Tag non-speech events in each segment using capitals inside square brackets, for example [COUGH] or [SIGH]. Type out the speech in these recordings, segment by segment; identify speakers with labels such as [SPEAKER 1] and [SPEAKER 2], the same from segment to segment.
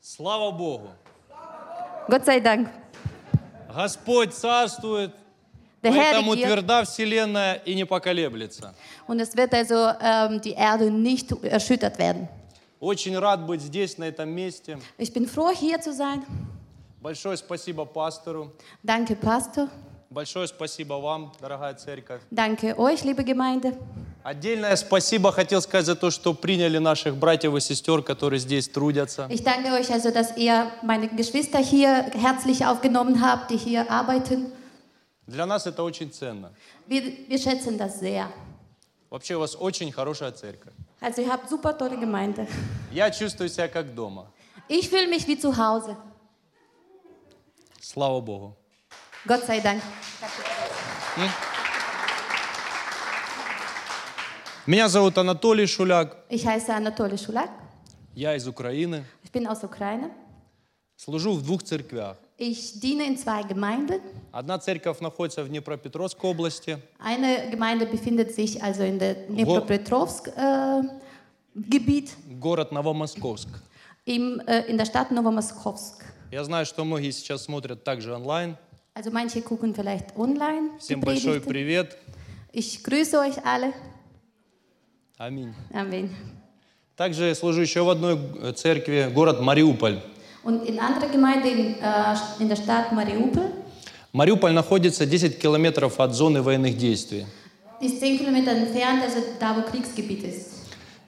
[SPEAKER 1] Слава Богу!
[SPEAKER 2] Gott sei Dank.
[SPEAKER 1] Господь царствует,
[SPEAKER 2] Der Herr
[SPEAKER 1] поэтому
[SPEAKER 2] regiert
[SPEAKER 1] тверда вселенная и не поколеблется.
[SPEAKER 2] und es wird also ähm, die Erde nicht erschüttert werden.
[SPEAKER 1] Очень рад быть здесь, на этом месте.
[SPEAKER 2] Ich bin froh, hier zu sein.
[SPEAKER 1] Большое спасибо пастору.
[SPEAKER 2] Danke, Pastor.
[SPEAKER 1] Большое спасибо вам, дорогая церковь.
[SPEAKER 2] Danke euch, liebe Gemeinde.
[SPEAKER 1] Отдельное спасибо хотел сказать за то, что приняли наших братьев и сестер, которые здесь трудятся.
[SPEAKER 2] Ich danke euch also, dass ihr meine Geschwister hier herzlich aufgenommen habt, die hier arbeiten.
[SPEAKER 1] Для нас это очень ценно.
[SPEAKER 2] Wir, wir schätzen das sehr.
[SPEAKER 1] Вообще у вас очень хорошая церковь.
[SPEAKER 2] Also ihr habt super tolle Gemeinde.
[SPEAKER 1] Я чувствую себя как дома.
[SPEAKER 2] Ich fühle mich wie zu Hause.
[SPEAKER 1] Слава Богу.
[SPEAKER 2] Gott sei Dank.
[SPEAKER 1] Меня зовут Анатолий Шуляк.
[SPEAKER 2] Ich heiße Anatole Schulak.
[SPEAKER 1] Я из Украины.
[SPEAKER 2] Ich bin aus Ukraine.
[SPEAKER 1] Служу в двух церквях.
[SPEAKER 2] Ich diene in zwei Gemeinden.
[SPEAKER 1] Одна церковь находится в Днепропетровской области,
[SPEAKER 2] Eine Gemeinde befindet sich also in der Dnipropetrovsk-Gebiet
[SPEAKER 1] город Новомосковск.
[SPEAKER 2] im, äh, in der Stadt Novomaskowsk.
[SPEAKER 1] Я знаю, что многие сейчас смотрят также онлайн.
[SPEAKER 2] Also manche gucken vielleicht online. die
[SPEAKER 1] Всем большой
[SPEAKER 2] Predigten.
[SPEAKER 1] привет.
[SPEAKER 2] Ich grüße euch alle.
[SPEAKER 1] Аминь.
[SPEAKER 2] Amen.
[SPEAKER 1] Также я служу еще в одной э, церкви, город Мариуполь.
[SPEAKER 2] Und in anderer Gemeinde in, äh, in der Stadt Mariupol
[SPEAKER 1] Мариуполь находится 10 километров от зоны военных действий.
[SPEAKER 2] ist 10 Kilometer entfernt, also da, wo Kriegsgebiet ist.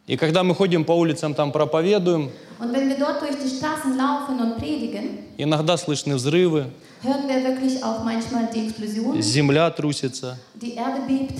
[SPEAKER 1] И когда мы ходим по улицам, там проповедуем,
[SPEAKER 2] Und wenn wir dort durch die Straßen laufen und predigen,
[SPEAKER 1] иногда слышны взрывы,
[SPEAKER 2] hören wir wirklich auch manchmal die Explosionen,
[SPEAKER 1] земля трусится.
[SPEAKER 2] die Erde bebt.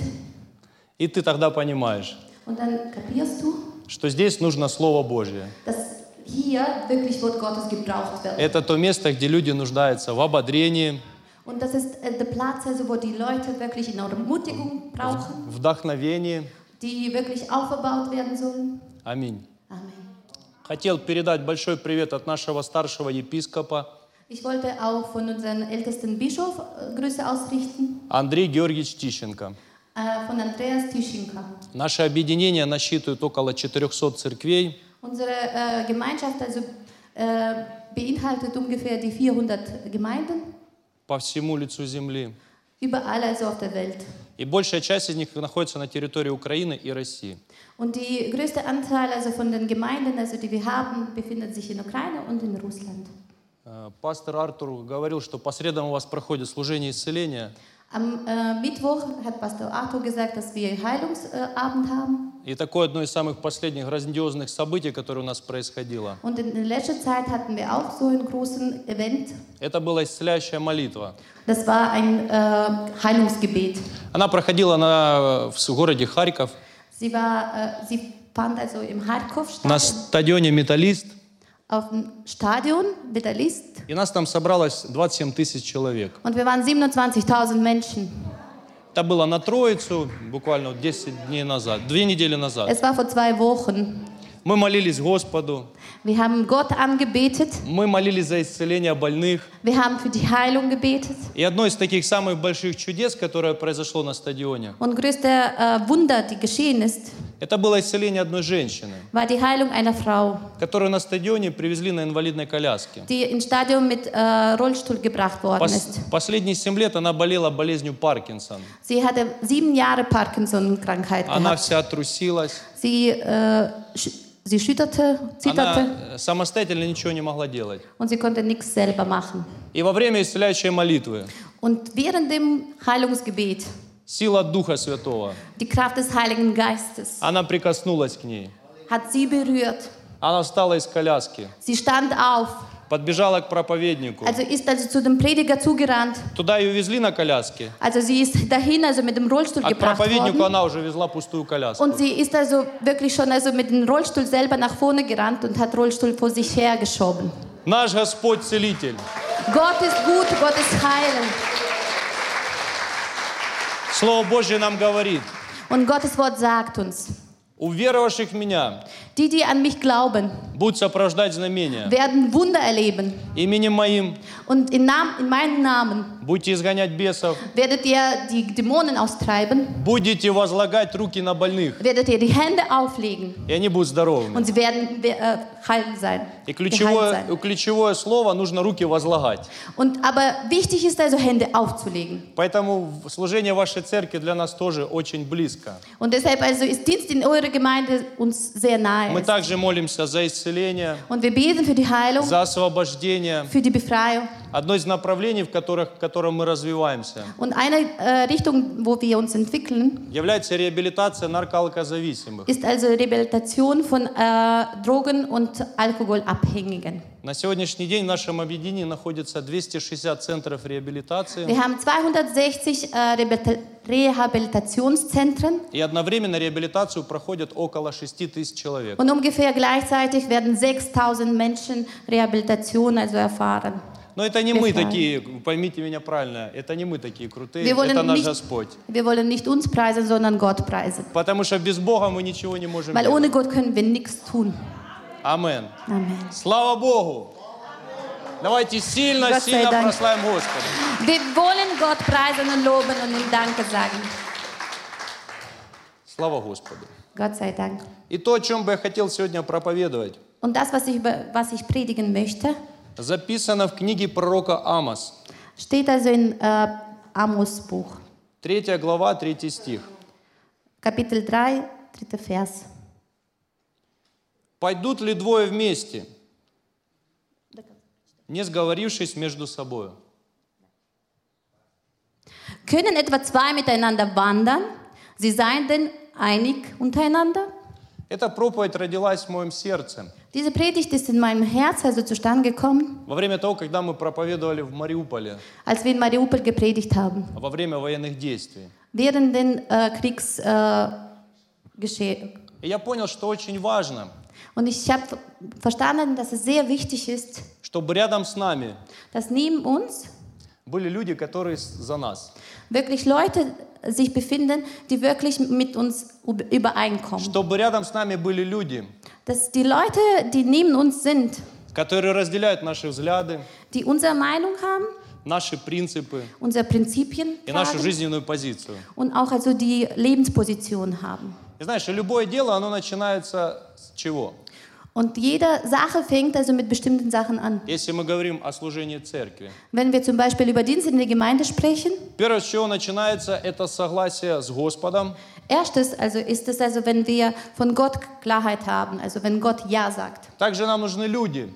[SPEAKER 1] И ты тогда понимаешь,
[SPEAKER 2] Und dann kapierst du,
[SPEAKER 1] что здесь нужно Слово Божье.
[SPEAKER 2] dass hier wirklich Wort Gottes gebraucht wird.
[SPEAKER 1] Это то место, где люди нуждаются в ободрении,
[SPEAKER 2] Und das ist äh, der Platz, also, wo die Leute wirklich in Ermutigung brauchen,
[SPEAKER 1] вдохновении.
[SPEAKER 2] die wirklich aufgebaut werden sollen.
[SPEAKER 1] Аминь.
[SPEAKER 2] Amen.
[SPEAKER 1] Хотел передать большой привет от нашего старшего епископа
[SPEAKER 2] Ich wollte auch von unserem ältesten Bischof äh, Grüße ausrichten,
[SPEAKER 1] Андрей Георгиевич Тищенко.
[SPEAKER 2] äh, von Andreas Tischinka.
[SPEAKER 1] Наше объединение насчитывает около 400 церквей.
[SPEAKER 2] Unsere äh, Gemeinschaft also, äh, beinhaltet ungefähr die 400 Gemeinden,
[SPEAKER 1] по всему лицу земли.
[SPEAKER 2] überall also auf der Welt.
[SPEAKER 1] И большая часть из них находится на территории Украины и России.
[SPEAKER 2] Und die größte Anzahl also von den Gemeinden, also die wir haben, befindet sich in Ukraine und in Russland.
[SPEAKER 1] Э, Пастор Артур говорил, что по средам у вас проходит служение исцеления,
[SPEAKER 2] Am äh, Mittwoch hat Pastor Arthur gesagt, dass wir Heilungsabend haben.
[SPEAKER 1] и такое одно из самых последних грандиозных событий, которое у нас происходило,
[SPEAKER 2] Und in letzter Zeit hatten wir auch so einen großen Event.
[SPEAKER 1] это была исцеляющая молитва.
[SPEAKER 2] Das war ein äh, Heilungsgebet.
[SPEAKER 1] Она проходила на, э, в с- городе Харьков
[SPEAKER 2] Sie, war, äh, sie fand also im Harkov
[SPEAKER 1] на
[SPEAKER 2] statt,
[SPEAKER 1] стадионе «Металлист»,
[SPEAKER 2] auf dem Stadion Vitalist.
[SPEAKER 1] и нас там собралось 27 тысяч человек.
[SPEAKER 2] Und wir waren 27.000 Menschen.
[SPEAKER 1] Это было на Троицу, буквально вот 10 дней назад, две недели назад.
[SPEAKER 2] Es war vor zwei Wochen.
[SPEAKER 1] Мы молились Господу,
[SPEAKER 2] Wir haben Gott angebetet.
[SPEAKER 1] мы молились за исцеление больных,
[SPEAKER 2] Wir haben für die Heilung gebetet.
[SPEAKER 1] И одно из таких самых больших чудес, которое произошло на стадионе,
[SPEAKER 2] Und größte äh, Wunder, die geschehen ist,
[SPEAKER 1] это было исцеление одной женщины,
[SPEAKER 2] war die Heilung einer Frau,
[SPEAKER 1] которую на стадионе привезли на инвалидной коляске.
[SPEAKER 2] die ins Stadion mit äh, Rollstuhl gebracht worden
[SPEAKER 1] Пос-
[SPEAKER 2] ist.
[SPEAKER 1] последние семь лет она болела болезнью Паркинсон.
[SPEAKER 2] Sie hatte sieben Jahre Parkinson-Krankheit
[SPEAKER 1] Она
[SPEAKER 2] gehabt.
[SPEAKER 1] вся трусилась,
[SPEAKER 2] Sie, äh, sch sie schütterte, zitterte
[SPEAKER 1] она э, самостоятельно ничего не могла делать.
[SPEAKER 2] und sie konnte nichts selber machen.
[SPEAKER 1] И во время исцеляющей молитвы
[SPEAKER 2] Und während dem Heilungsgebet,
[SPEAKER 1] сила Духа Святого,
[SPEAKER 2] die Kraft des Heiligen Geistes,
[SPEAKER 1] она прикоснулась к ней.
[SPEAKER 2] hat sie berührt.
[SPEAKER 1] Она встала из коляски,
[SPEAKER 2] Sie stand auf,
[SPEAKER 1] подбежала к проповеднику.
[SPEAKER 2] also ist also zu dem Prediger zugerannt.
[SPEAKER 1] Tуда ее везли на коляске,
[SPEAKER 2] Also sie ist dahin, also mit dem Rollstuhl
[SPEAKER 1] а к
[SPEAKER 2] gebracht
[SPEAKER 1] проповеднику
[SPEAKER 2] worden.
[SPEAKER 1] она уже везла пустую коляску.
[SPEAKER 2] Und sie ist also wirklich schon also mit dem Rollstuhl selber nach vorne gerannt und hat Rollstuhl vor sich hergeschoben.
[SPEAKER 1] Наш Господь Целитель.
[SPEAKER 2] Gott ist gut, Gott ist heilend.
[SPEAKER 1] Слово Божье нам говорит,
[SPEAKER 2] Und Gottes Wort sagt uns,
[SPEAKER 1] Уверовавших в меня
[SPEAKER 2] Die, die an mich glauben,
[SPEAKER 1] будут сопровождать знамения.
[SPEAKER 2] werden Wunder erleben.
[SPEAKER 1] Iменем моим
[SPEAKER 2] Und in, Nam in meinem Namen
[SPEAKER 1] будете изгонять бесов,
[SPEAKER 2] werdet ihr die Dämonen austreiben,
[SPEAKER 1] будете возлагать руки на больных,
[SPEAKER 2] werdet ihr die Hände auflegen
[SPEAKER 1] и они будут здоровыми.
[SPEAKER 2] und sie werden äh, heil sein.
[SPEAKER 1] И
[SPEAKER 2] Geheilt
[SPEAKER 1] ключевое,
[SPEAKER 2] sein.
[SPEAKER 1] ключевое слово нужно руки возлагать.
[SPEAKER 2] Und aber wichtig ist also Hände aufzulegen.
[SPEAKER 1] Поэтому служение вашей церкви для нас тоже очень близко.
[SPEAKER 2] Und deshalb also ist Dienst in eurer Gemeinde uns sehr nahe.
[SPEAKER 1] Мы
[SPEAKER 2] Ist.
[SPEAKER 1] также молимся за исцеление,
[SPEAKER 2] Und wir beten für die Heilung,
[SPEAKER 1] за освобождение.
[SPEAKER 2] für die Befreiung.
[SPEAKER 1] Одно из направлений, в, которых, в котором мы развиваемся,
[SPEAKER 2] Und eine äh, Richtung, wo wir uns entwickeln,
[SPEAKER 1] является реабилитация наркоалкозависимых.
[SPEAKER 2] ist also Rehabilitation von äh, Drogen- und Alkoholabhängigen.
[SPEAKER 1] На сегодняшний день в нашем объединении находится 260 центров реабилитации,
[SPEAKER 2] Wir haben 260 äh, Rehabil- Rehabilitationszentren
[SPEAKER 1] и одновременно реабилитацию проходят около 6 тысяч человек.
[SPEAKER 2] und ungefähr gleichzeitig werden 6000 Menschen Rehabilitation also erfahren.
[SPEAKER 1] Но это не мы
[SPEAKER 2] Бесправие.
[SPEAKER 1] такие, поймите меня правильно, это не мы такие крутые,
[SPEAKER 2] Wir
[SPEAKER 1] это
[SPEAKER 2] wollen,
[SPEAKER 1] наш
[SPEAKER 2] nicht,
[SPEAKER 1] Господь.
[SPEAKER 2] wir wollen nicht uns preisen, sondern Gott preisen.
[SPEAKER 1] Потому что без Бога мы ничего не можем
[SPEAKER 2] Weil ohne
[SPEAKER 1] делать.
[SPEAKER 2] Gott können wir nichts tun.
[SPEAKER 1] Амен.
[SPEAKER 2] Amen.
[SPEAKER 1] Слава Богу! Давайте сильно,
[SPEAKER 2] Господь,
[SPEAKER 1] сильно
[SPEAKER 2] дай.
[SPEAKER 1] прославим Господа.
[SPEAKER 2] Wir wollen Gott preisen und loben und ihm Danke sagen.
[SPEAKER 1] Слава Господу.
[SPEAKER 2] Gott sei Dank.
[SPEAKER 1] И то, о чем бы я хотел сегодня проповедовать,
[SPEAKER 2] Und das, was ich, über- was ich predigen möchte,
[SPEAKER 1] записано в книге пророка Амос.
[SPEAKER 2] steht also in äh, Amos Buch,
[SPEAKER 1] 3 глава, 3 стих.
[SPEAKER 2] Kapitel 3, dritter Vers.
[SPEAKER 1] «Пойдут ли двое вместе, не сговорившись между собой?»
[SPEAKER 2] Können etwa zwei miteinander wandern? Sie seien denn einig untereinander?
[SPEAKER 1] Эта проповедь родилась в моем сердце
[SPEAKER 2] Diese Predigt ist in meinem Herz also zustande gekommen,
[SPEAKER 1] во время того, когда мы проповедовали в Мариуполе,
[SPEAKER 2] als wir in Mariupol gepredigt haben,
[SPEAKER 1] во время военных действий.
[SPEAKER 2] während den äh, Kriegs äh, gesche-
[SPEAKER 1] И я понял, что очень важно,
[SPEAKER 2] Und ich habe verstanden, dass es sehr wichtig ist,
[SPEAKER 1] чтобы рядом с нами
[SPEAKER 2] dass neben uns
[SPEAKER 1] были люди, которые с- за нас.
[SPEAKER 2] wirklich Leute sich befinden, die wirklich mit uns ub- übereinkommen.
[SPEAKER 1] Чтобы рядом с нами были люди,
[SPEAKER 2] Dass die Leute, die neben uns sind,
[SPEAKER 1] которые разделяют наши взгляды,
[SPEAKER 2] die unsere Meinung haben,
[SPEAKER 1] наши принципы
[SPEAKER 2] unsere Prinzipien
[SPEAKER 1] и нашу
[SPEAKER 2] tragen,
[SPEAKER 1] жизненную позицию.
[SPEAKER 2] und auch also die Lebensposition haben.
[SPEAKER 1] И знаешь, и любое дело, оно начинается с чего?
[SPEAKER 2] Und jede Sache fängt also mit bestimmten Sachen an.
[SPEAKER 1] Если мы говорим о служении церкви.
[SPEAKER 2] Wenn wir zum Beispiel über Dienst in der Gemeinde sprechen,
[SPEAKER 1] Первое, с чего начинается, это согласие с Господом,
[SPEAKER 2] erstes also ist es also, wenn wir von Gott Klarheit haben, also wenn Gott Ja sagt.
[SPEAKER 1] Также нам нужны люди,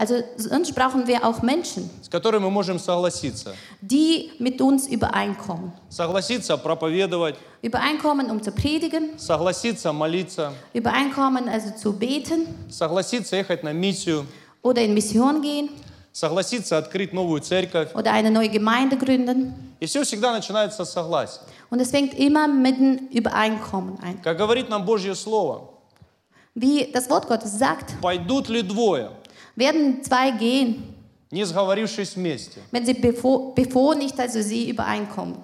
[SPEAKER 2] Also sonst brauchen wir auch Menschen,
[SPEAKER 1] с которыми мы можем согласиться.
[SPEAKER 2] die mit uns übereinkommen.
[SPEAKER 1] Согласиться проповедовать,
[SPEAKER 2] Übereinkommen, um zu predigen,
[SPEAKER 1] согласиться молиться,
[SPEAKER 2] übereinkommen, also zu beten
[SPEAKER 1] согласиться ехать на миссию,
[SPEAKER 2] oder in Mission gehen
[SPEAKER 1] согласиться открыть новую церковь.
[SPEAKER 2] oder eine neue Gemeinde gründen.
[SPEAKER 1] И все всегда начинается с согласия.
[SPEAKER 2] Und es fängt immer mit einem Übereinkommen ein.
[SPEAKER 1] Как говорит нам Божье Слово,
[SPEAKER 2] Wie das Wort Gottes sagt,
[SPEAKER 1] пойдут ли двое,
[SPEAKER 2] werden zwei gehen,
[SPEAKER 1] не сговорившись вместе.
[SPEAKER 2] wenn sie bevor, bevor nicht also sie übereinkommen.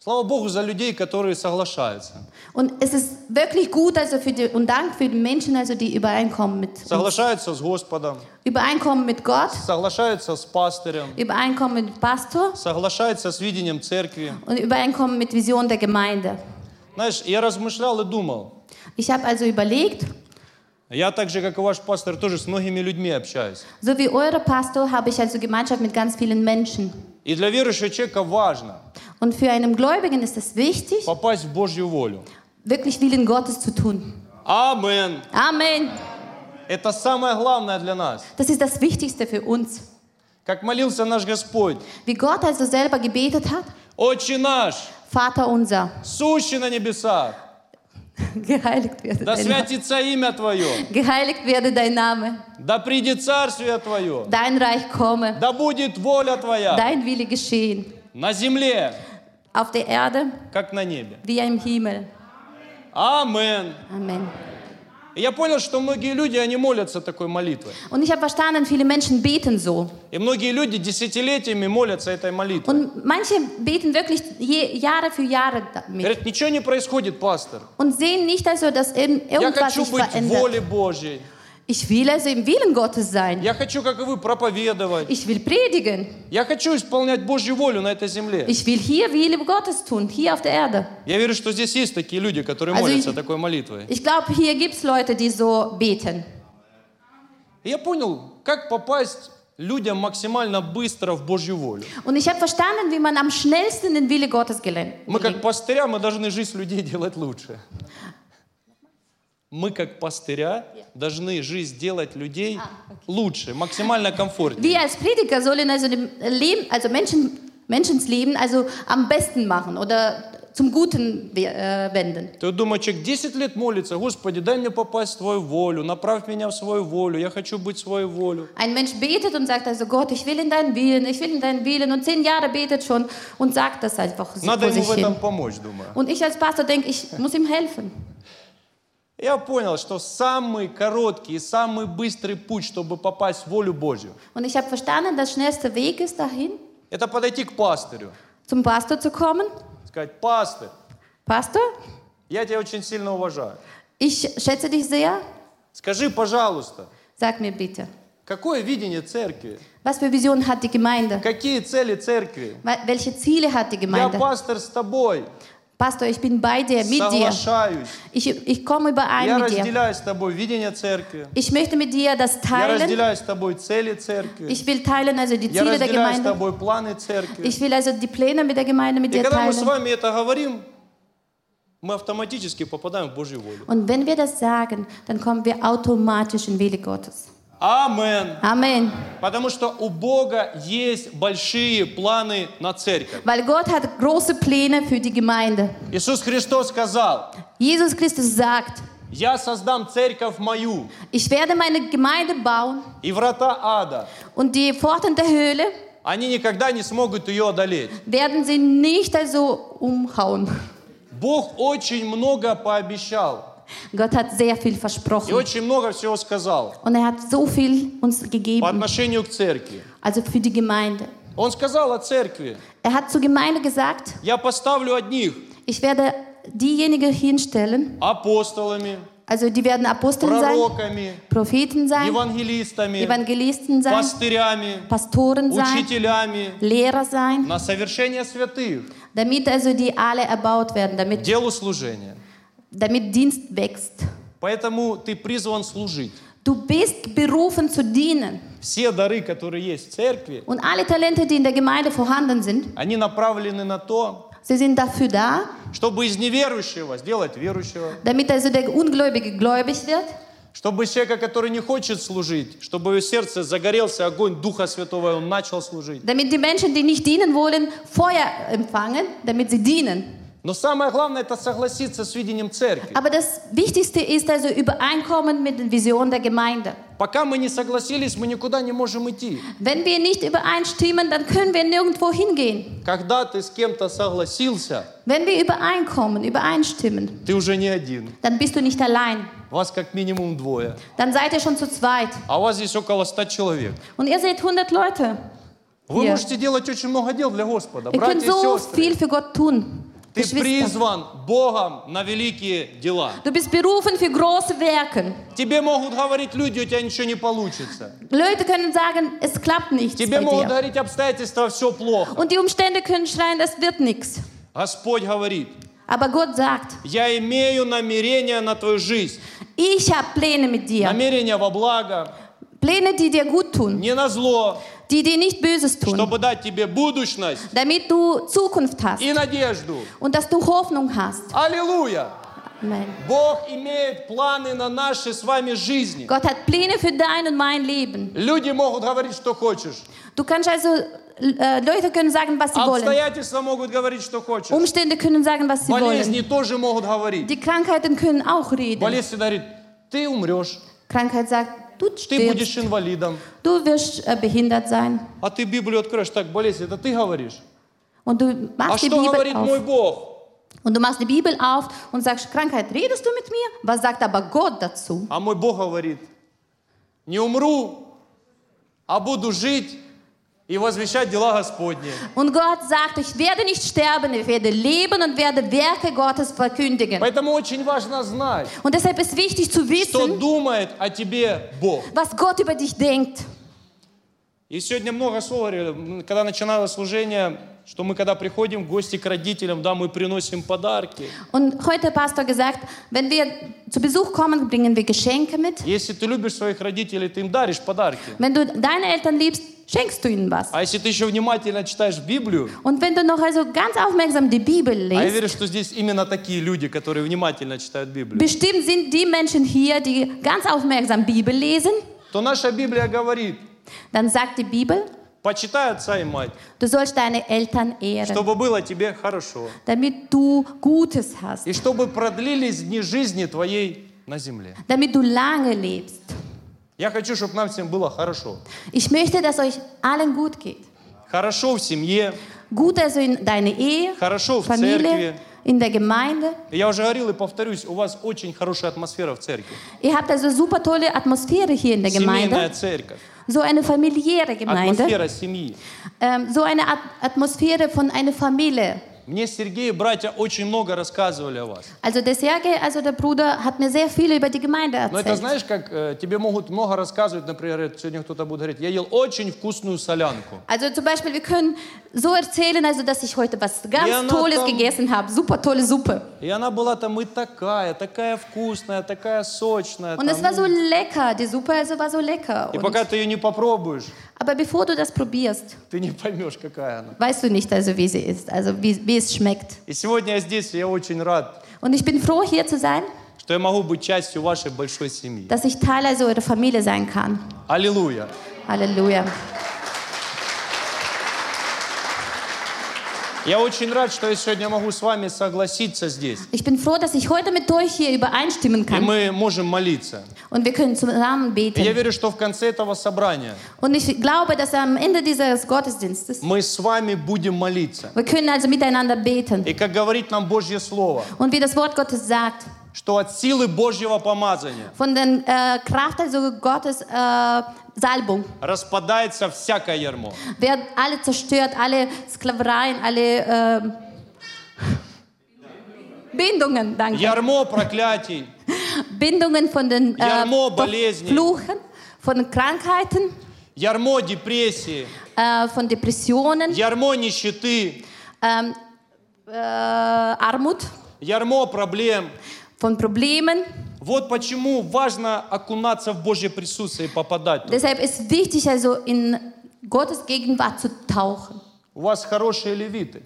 [SPEAKER 1] Слава Богу за людей, которые соглашаются.
[SPEAKER 2] Und es ist wirklich gut also für die, und Dank für die Menschen also die übereinkommen mit
[SPEAKER 1] Соглашаются с Господом,
[SPEAKER 2] übereinkommen mit Gott,
[SPEAKER 1] соглашаются с пастырем,
[SPEAKER 2] übereinkommen mit Pastor
[SPEAKER 1] соглашаются с видением церкви.
[SPEAKER 2] und übereinkommen mit Vision der Gemeinde.
[SPEAKER 1] Знаешь, я размышлял и думал.
[SPEAKER 2] Ich habe also überlegt,
[SPEAKER 1] Я так же, как и ваш пастор, тоже с многими людьми общаюсь.
[SPEAKER 2] so wie eure Pastor habe ich also Gemeinschaft mit ganz vielen Menschen.
[SPEAKER 1] И для верующего человека важно
[SPEAKER 2] Und für einen Gläubigen ist es wichtig,
[SPEAKER 1] попасть в Божью волю.
[SPEAKER 2] wirklich Willen Gottes zu tun.
[SPEAKER 1] Амен.
[SPEAKER 2] Amen.
[SPEAKER 1] Это самое главное для нас.
[SPEAKER 2] Das ist das Wichtigste für uns.
[SPEAKER 1] Как молился наш Господь.
[SPEAKER 2] Wie Gott also selber gebetet hat,
[SPEAKER 1] Отче наш,
[SPEAKER 2] Vater unser,
[SPEAKER 1] сущий на небесах,
[SPEAKER 2] [LAUGHS] geheiligt werde
[SPEAKER 1] да
[SPEAKER 2] dein Name.
[SPEAKER 1] святится имя Твое,
[SPEAKER 2] Geheiligt werde dein Name,
[SPEAKER 1] да придет царствие Твое,
[SPEAKER 2] dein Reich komme,
[SPEAKER 1] да будет воля Твоя
[SPEAKER 2] dein Wille geschehen,
[SPEAKER 1] на земле,
[SPEAKER 2] auf der Erde
[SPEAKER 1] как на небе.
[SPEAKER 2] wie im Himmel.
[SPEAKER 1] Амен.
[SPEAKER 2] Amen.
[SPEAKER 1] И я понял, что многие люди, они молятся такой молитвой.
[SPEAKER 2] Und ich habe verstanden, viele Menschen beten so.
[SPEAKER 1] И многие люди десятилетиями молятся этой молитвой.
[SPEAKER 2] Und manche beten wirklich je, Jahre für Jahre damit
[SPEAKER 1] Говорят, ничего не происходит, пастор.
[SPEAKER 2] und sehen nicht also, dass eben
[SPEAKER 1] Я
[SPEAKER 2] irgendwas
[SPEAKER 1] хочу
[SPEAKER 2] sich
[SPEAKER 1] быть в воле
[SPEAKER 2] verändert.
[SPEAKER 1] Божьей.
[SPEAKER 2] Ich will also im Willen Gottes sein.
[SPEAKER 1] Я хочу, как и вы, проповедовать.
[SPEAKER 2] Ich will predigen.
[SPEAKER 1] Я хочу исполнять Божью волю на этой земле.
[SPEAKER 2] Ich will hier Wille Gottes tun, hier auf der Erde.
[SPEAKER 1] Я верю, что здесь есть такие люди, которые
[SPEAKER 2] Also
[SPEAKER 1] молятся
[SPEAKER 2] ich-
[SPEAKER 1] такой молитвой.
[SPEAKER 2] Ich glaube, hier gibt es Leute, die so beten.
[SPEAKER 1] И я понял, как попасть людям максимально быстро в Божью волю.
[SPEAKER 2] Und ich habe verstanden, wie man am schnellsten den Wille Gottes gelenkt.
[SPEAKER 1] Мы как пастыря, мы должны жизнь людей делать лучше. Мы как пастыря должны жизнь делать людей лучше, максимально комфортнее.
[SPEAKER 2] Wir als Prediger sollen also, dem Leben, also Menschen, Menschensleben also am besten machen oder zum Guten we- äh, wenden.
[SPEAKER 1] Ты думаешь, человек 10 лет молится, Господи, дай мне попасть в Твою волю, направь меня в свою волю, я хочу быть в свою волю.
[SPEAKER 2] Ein Mensch betet und sagt also, Gott, ich will in deinen Willen, ich will in deinen Willen. Und zehn Jahre betet schon und sagt das einfach so
[SPEAKER 1] Надо
[SPEAKER 2] vor
[SPEAKER 1] ему
[SPEAKER 2] sich
[SPEAKER 1] в
[SPEAKER 2] hin.
[SPEAKER 1] этом помочь, думаю.
[SPEAKER 2] Und ich als Pastor denke, ich muss ihm helfen.
[SPEAKER 1] Я понял, что самый короткий и самый быстрый путь, чтобы попасть в волю Божью,
[SPEAKER 2] Und ich habe verstanden, der schnellste Weg ist dahin,
[SPEAKER 1] это подойти к пастырю,
[SPEAKER 2] zum Pastor zu kommen.
[SPEAKER 1] сказать, пастырь,
[SPEAKER 2] Pastor,
[SPEAKER 1] я тебя очень сильно уважаю.
[SPEAKER 2] ich schätze dich sehr.
[SPEAKER 1] Скажи, пожалуйста,
[SPEAKER 2] Sag mir bitte,
[SPEAKER 1] какое видение церкви?
[SPEAKER 2] was für Visionen hat die Gemeinde?
[SPEAKER 1] Какие цели церкви?
[SPEAKER 2] Wel- Welche Ziele hat die
[SPEAKER 1] Я
[SPEAKER 2] Gemeinde?
[SPEAKER 1] пастор с тобой,
[SPEAKER 2] Pastor, ich bin bei dir, mit dir.
[SPEAKER 1] соглашаюсь.
[SPEAKER 2] Ich, ich komme
[SPEAKER 1] Я
[SPEAKER 2] überein mit dir.
[SPEAKER 1] разделяю с тобой видение церкви.
[SPEAKER 2] Ich möchte mit dir das
[SPEAKER 1] Я
[SPEAKER 2] teilen.
[SPEAKER 1] разделяю с тобой цели церкви.
[SPEAKER 2] Ich will teilen also die
[SPEAKER 1] Я
[SPEAKER 2] Ziele der
[SPEAKER 1] разделяю с
[SPEAKER 2] Gemeinde.
[SPEAKER 1] тобой планы церкви.
[SPEAKER 2] Ich will also die Pläne mit der Gemeinde mit
[SPEAKER 1] И
[SPEAKER 2] dir
[SPEAKER 1] когда мы с
[SPEAKER 2] teilen.
[SPEAKER 1] вами это говорим, мы автоматически попадаем в Божью волю.
[SPEAKER 2] Und wenn wir das sagen, dann kommen wir automatisch in Wille Gottes.
[SPEAKER 1] Амен.
[SPEAKER 2] Amen.
[SPEAKER 1] Потому что у Бога есть большие планы на церковь.
[SPEAKER 2] Weil Gott hat große Pläne für die Gemeinde.
[SPEAKER 1] Иисус Христос сказал,
[SPEAKER 2] Jesus Christus sagt,
[SPEAKER 1] я создам церковь мою,
[SPEAKER 2] ich werde meine Gemeinde bauen
[SPEAKER 1] и врата ада,
[SPEAKER 2] und die Pforten der Höhle
[SPEAKER 1] они никогда не смогут ее одолеть.
[SPEAKER 2] werden sie nicht also umhauen.
[SPEAKER 1] Бог очень много пообещал
[SPEAKER 2] Gott hat sehr viel
[SPEAKER 1] и
[SPEAKER 2] versprochen.
[SPEAKER 1] очень много всего сказал
[SPEAKER 2] Und er hat so viel uns
[SPEAKER 1] по
[SPEAKER 2] gegeben,
[SPEAKER 1] отношению к церкви.
[SPEAKER 2] also für die Gemeinde.
[SPEAKER 1] Он сказал о церкви,
[SPEAKER 2] Er hat zur Gemeinde gesagt,
[SPEAKER 1] я поставлю одних
[SPEAKER 2] ich werde diejenigen hinstellen,
[SPEAKER 1] апостолами,
[SPEAKER 2] also die werden Aposteln sein,
[SPEAKER 1] пророками,
[SPEAKER 2] Propheten sein,
[SPEAKER 1] евангелистами,
[SPEAKER 2] Evangelisten sein,
[SPEAKER 1] пастырями,
[SPEAKER 2] Pastoren sein,
[SPEAKER 1] учителями
[SPEAKER 2] Lehrer sein,
[SPEAKER 1] на совершение святых,
[SPEAKER 2] damit also die alle erbaut werden,
[SPEAKER 1] к
[SPEAKER 2] damit,
[SPEAKER 1] делу служения.
[SPEAKER 2] damit Dienst wächst.
[SPEAKER 1] Поэтому ты призван служить.
[SPEAKER 2] Du bist berufen zu dienen.
[SPEAKER 1] Все дары, которые есть в церкви,
[SPEAKER 2] Und alle Talente, die in der Gemeinde vorhanden sind,
[SPEAKER 1] они направлены на то,
[SPEAKER 2] sie sind dafür da,
[SPEAKER 1] чтобы из неверующего сделать верующего,
[SPEAKER 2] damit also der Ungläubige gläubig wird,
[SPEAKER 1] чтобы из человека, который не хочет служить, чтобы его сердце загорелся огонь Духа Святого, и он начал служить.
[SPEAKER 2] damit die Menschen, die nicht dienen wollen, Feuer empfangen, damit sie dienen.
[SPEAKER 1] Но самое главное – это согласиться с видением церкви.
[SPEAKER 2] Aber das Wichtigste ist also Übereinkommen mit den Visionen der Gemeinde.
[SPEAKER 1] Пока мы не согласились, мы никуда не можем идти.
[SPEAKER 2] Wenn wir nicht übereinstimmen, dann können wir nirgendwo hingehen.
[SPEAKER 1] Когда ты с кем-то согласился,
[SPEAKER 2] Wenn wir übereinkommen, übereinstimmen,
[SPEAKER 1] ты уже не один.
[SPEAKER 2] dann bist du nicht allein.
[SPEAKER 1] Вас как минимум двое.
[SPEAKER 2] Dann seid ihr schon zu zweit.
[SPEAKER 1] А у вас здесь около ста человек.
[SPEAKER 2] Und ihr seid 100 Leute.
[SPEAKER 1] Вы
[SPEAKER 2] Я-
[SPEAKER 1] можете делать очень много дел для Господа,
[SPEAKER 2] Ihr könnt
[SPEAKER 1] братья и
[SPEAKER 2] so
[SPEAKER 1] сестры.
[SPEAKER 2] viel für Gott tun.
[SPEAKER 1] Ты
[SPEAKER 2] Geschwister.
[SPEAKER 1] призван Богом на великие дела.
[SPEAKER 2] Du bist berufen für große Werke.
[SPEAKER 1] Тебе могут говорить люди, у тебя ничего не получится.
[SPEAKER 2] Leute können sagen, es klappt nichts
[SPEAKER 1] Тебе
[SPEAKER 2] bei
[SPEAKER 1] могут
[SPEAKER 2] dir.
[SPEAKER 1] говорить обстоятельства, все плохо.
[SPEAKER 2] Und die Umstände können schreien, es wird nichts.
[SPEAKER 1] Господь говорит,
[SPEAKER 2] Aber Gott sagt,
[SPEAKER 1] я имею намерение на твою жизнь.
[SPEAKER 2] ich habe Pläne mit dir.
[SPEAKER 1] Намерение во благо,
[SPEAKER 2] Pläne, die dir gut tun,
[SPEAKER 1] не на зло,
[SPEAKER 2] die dir nicht Böses tun,
[SPEAKER 1] чтобы дать тебе будущность
[SPEAKER 2] damit du Zukunft hast
[SPEAKER 1] и надежду.
[SPEAKER 2] und dass du Hoffnung hast.
[SPEAKER 1] Аллилуйя!
[SPEAKER 2] Amen.
[SPEAKER 1] Бог имеет планы на наши с вами жизни.
[SPEAKER 2] Gott hat Pläne für dein und mein Leben.
[SPEAKER 1] Люди могут говорить, что хочешь.
[SPEAKER 2] Du kannst also, äh, Leute können sagen, was sie wollen.
[SPEAKER 1] Обстоятельства могут говорить, что хочешь.
[SPEAKER 2] Umstände können sagen, was sie wollen.
[SPEAKER 1] Болезни тоже могут говорить.
[SPEAKER 2] Die Krankheiten können auch reden.
[SPEAKER 1] Болезнь говорит, ты умрешь,
[SPEAKER 2] Krankheit sagt, du
[SPEAKER 1] ты
[SPEAKER 2] stirbst,
[SPEAKER 1] будешь инвалидом.
[SPEAKER 2] du wirst äh, behindert sein.
[SPEAKER 1] А ты Библию откроешь, так, болезнь, это ты говоришь.
[SPEAKER 2] Und du
[SPEAKER 1] А
[SPEAKER 2] machst die
[SPEAKER 1] что
[SPEAKER 2] Bibel
[SPEAKER 1] говорит мой
[SPEAKER 2] auf.
[SPEAKER 1] Бог?
[SPEAKER 2] Und du machst die Bibel auf und sagst, Krankheit, redest du mit mir? Was sagt aber Gott dazu?
[SPEAKER 1] А мой Бог говорит, не умру, а буду жить и возвещать дела Господни.
[SPEAKER 2] Und Gott sagt, ich werde nicht sterben, ich werde leben und werde Werke Gottes verkündigen.
[SPEAKER 1] Поэтому очень важно знать,
[SPEAKER 2] Und deshalb ist wichtig zu
[SPEAKER 1] что
[SPEAKER 2] wissen,
[SPEAKER 1] думает о тебе Бог.
[SPEAKER 2] was Gott über dich denkt.
[SPEAKER 1] И сегодня много слов говорили. М, Когда начиналось служение, что мы когда приходим в гости к родителям, да, мы приносим подарки.
[SPEAKER 2] Und heute hat Pastor gesagt, wenn wir zu Besuch kommen, bringen wir Geschenke mit.
[SPEAKER 1] Если ты любишь своих родителей, ты им даришь подарки.
[SPEAKER 2] Wenn du deine Eltern liebst, schenkst du ihnen was.
[SPEAKER 1] А если ты еще внимательно читаешь Библию,
[SPEAKER 2] Und wenn du noch also ganz aufmerksam die Bibel
[SPEAKER 1] а я
[SPEAKER 2] liest,
[SPEAKER 1] верю, что здесь именно такие люди, которые внимательно читают Библию,
[SPEAKER 2] bestimmt sind die Menschen hier, die ganz aufmerksam Bibel lesen,
[SPEAKER 1] то наша Библия говорит,
[SPEAKER 2] dann sagt die Bibel,
[SPEAKER 1] почитай отца и мать,
[SPEAKER 2] du sollst deine Eltern ehren,
[SPEAKER 1] чтобы было тебе хорошо.
[SPEAKER 2] damit du Gutes hast,
[SPEAKER 1] И чтобы продлились дни жизни твоей на земле.
[SPEAKER 2] damit du lange lebst.
[SPEAKER 1] Я хочу, чтобы нам всем было хорошо.
[SPEAKER 2] Ich möchte, dass euch allen gut geht.
[SPEAKER 1] Хорошо в семье,
[SPEAKER 2] Gut also in deine Ehe,
[SPEAKER 1] хорошо в
[SPEAKER 2] Familie,
[SPEAKER 1] церкви.
[SPEAKER 2] in der Gemeinde.
[SPEAKER 1] И Я уже говорил и повторюсь, у вас очень хорошая атмосфера в церкви.
[SPEAKER 2] Ihr habt also super tolle Atmosphäre hier in der
[SPEAKER 1] Семейная
[SPEAKER 2] Gemeinde.
[SPEAKER 1] церковь,
[SPEAKER 2] So eine familiäre Gemeinde.
[SPEAKER 1] атмосфера семьи.
[SPEAKER 2] Ähm, so eine At Atmosphäre von einer Familie.
[SPEAKER 1] Мне Сергей и братья очень много рассказывали о вас.
[SPEAKER 2] Also der Sergei, also der Bruder, hat mir sehr viel über die Gemeinde
[SPEAKER 1] Но это
[SPEAKER 2] erzählt.
[SPEAKER 1] знаешь, как э, тебе могут много рассказывать, например, это сегодня кто-то будет говорить, я ел очень вкусную солянку.
[SPEAKER 2] Also zum Beispiel, wir können so erzählen, also dass ich heute was ganz
[SPEAKER 1] Ja, na,
[SPEAKER 2] Tolles
[SPEAKER 1] komm.
[SPEAKER 2] gegessen habe, super tolle Suppe.
[SPEAKER 1] И она была там и такая, такая вкусная, такая сочная.
[SPEAKER 2] Und es
[SPEAKER 1] там,
[SPEAKER 2] war so
[SPEAKER 1] ну.
[SPEAKER 2] lecker, die Suppe also war so lecker.
[SPEAKER 1] И
[SPEAKER 2] Und,
[SPEAKER 1] пока ты ее не попробуешь,
[SPEAKER 2] aber bevor du das probierst,
[SPEAKER 1] ты не поймешь, какая она.
[SPEAKER 2] weißt du nicht also, wie sie ist, also wie, wie es schmeckt.
[SPEAKER 1] И сегодня я здесь, и я очень рад,
[SPEAKER 2] Und ich bin froh, hier zu sein,
[SPEAKER 1] что я могу быть частью вашей большой семьи.
[SPEAKER 2] dass ich Teil also eurer Familie sein kann.
[SPEAKER 1] Аллилуйя.
[SPEAKER 2] Halleluja.
[SPEAKER 1] Я очень рад, что я сегодня могу с вами согласиться здесь.
[SPEAKER 2] Ich bin froh, dass ich heute mit euch hier übereinstimmen
[SPEAKER 1] И
[SPEAKER 2] kann
[SPEAKER 1] мы можем молиться.
[SPEAKER 2] und wir können zusammen
[SPEAKER 1] И я
[SPEAKER 2] beten.
[SPEAKER 1] верю, что в конце этого собрания
[SPEAKER 2] Und ich glaube, dass am Ende dieses Gottesdienstes
[SPEAKER 1] мы с вами будем молиться.
[SPEAKER 2] wir können also miteinander beten.
[SPEAKER 1] И как говорит нам Божье Слово,
[SPEAKER 2] Und wie das Wort Gottes sagt,
[SPEAKER 1] что от силы Божьего помазания
[SPEAKER 2] von der äh, Kraft also Gottes äh, Salbung
[SPEAKER 1] распадается всякое ярмо.
[SPEAKER 2] werden alle zerstört, alle Sklavereien, alle äh, Bindungen, danke.
[SPEAKER 1] Ярмо проклятий,
[SPEAKER 2] Bindungen von den äh,
[SPEAKER 1] Jarmo,
[SPEAKER 2] von
[SPEAKER 1] болезни.
[SPEAKER 2] Fluchen, von Krankheiten,
[SPEAKER 1] ярмо депрессии,
[SPEAKER 2] äh, von Depressionen,
[SPEAKER 1] ярмо нищеты,
[SPEAKER 2] ähm, äh, Armut,
[SPEAKER 1] ярмо проблем.
[SPEAKER 2] von Problemen.
[SPEAKER 1] Вот почему важно окунаться в Божье присутствие и попадать. туда.
[SPEAKER 2] Deshalb ist wichtig, also in Gottes Gegenwart zu tauchen.
[SPEAKER 1] У вас хорошие левиты.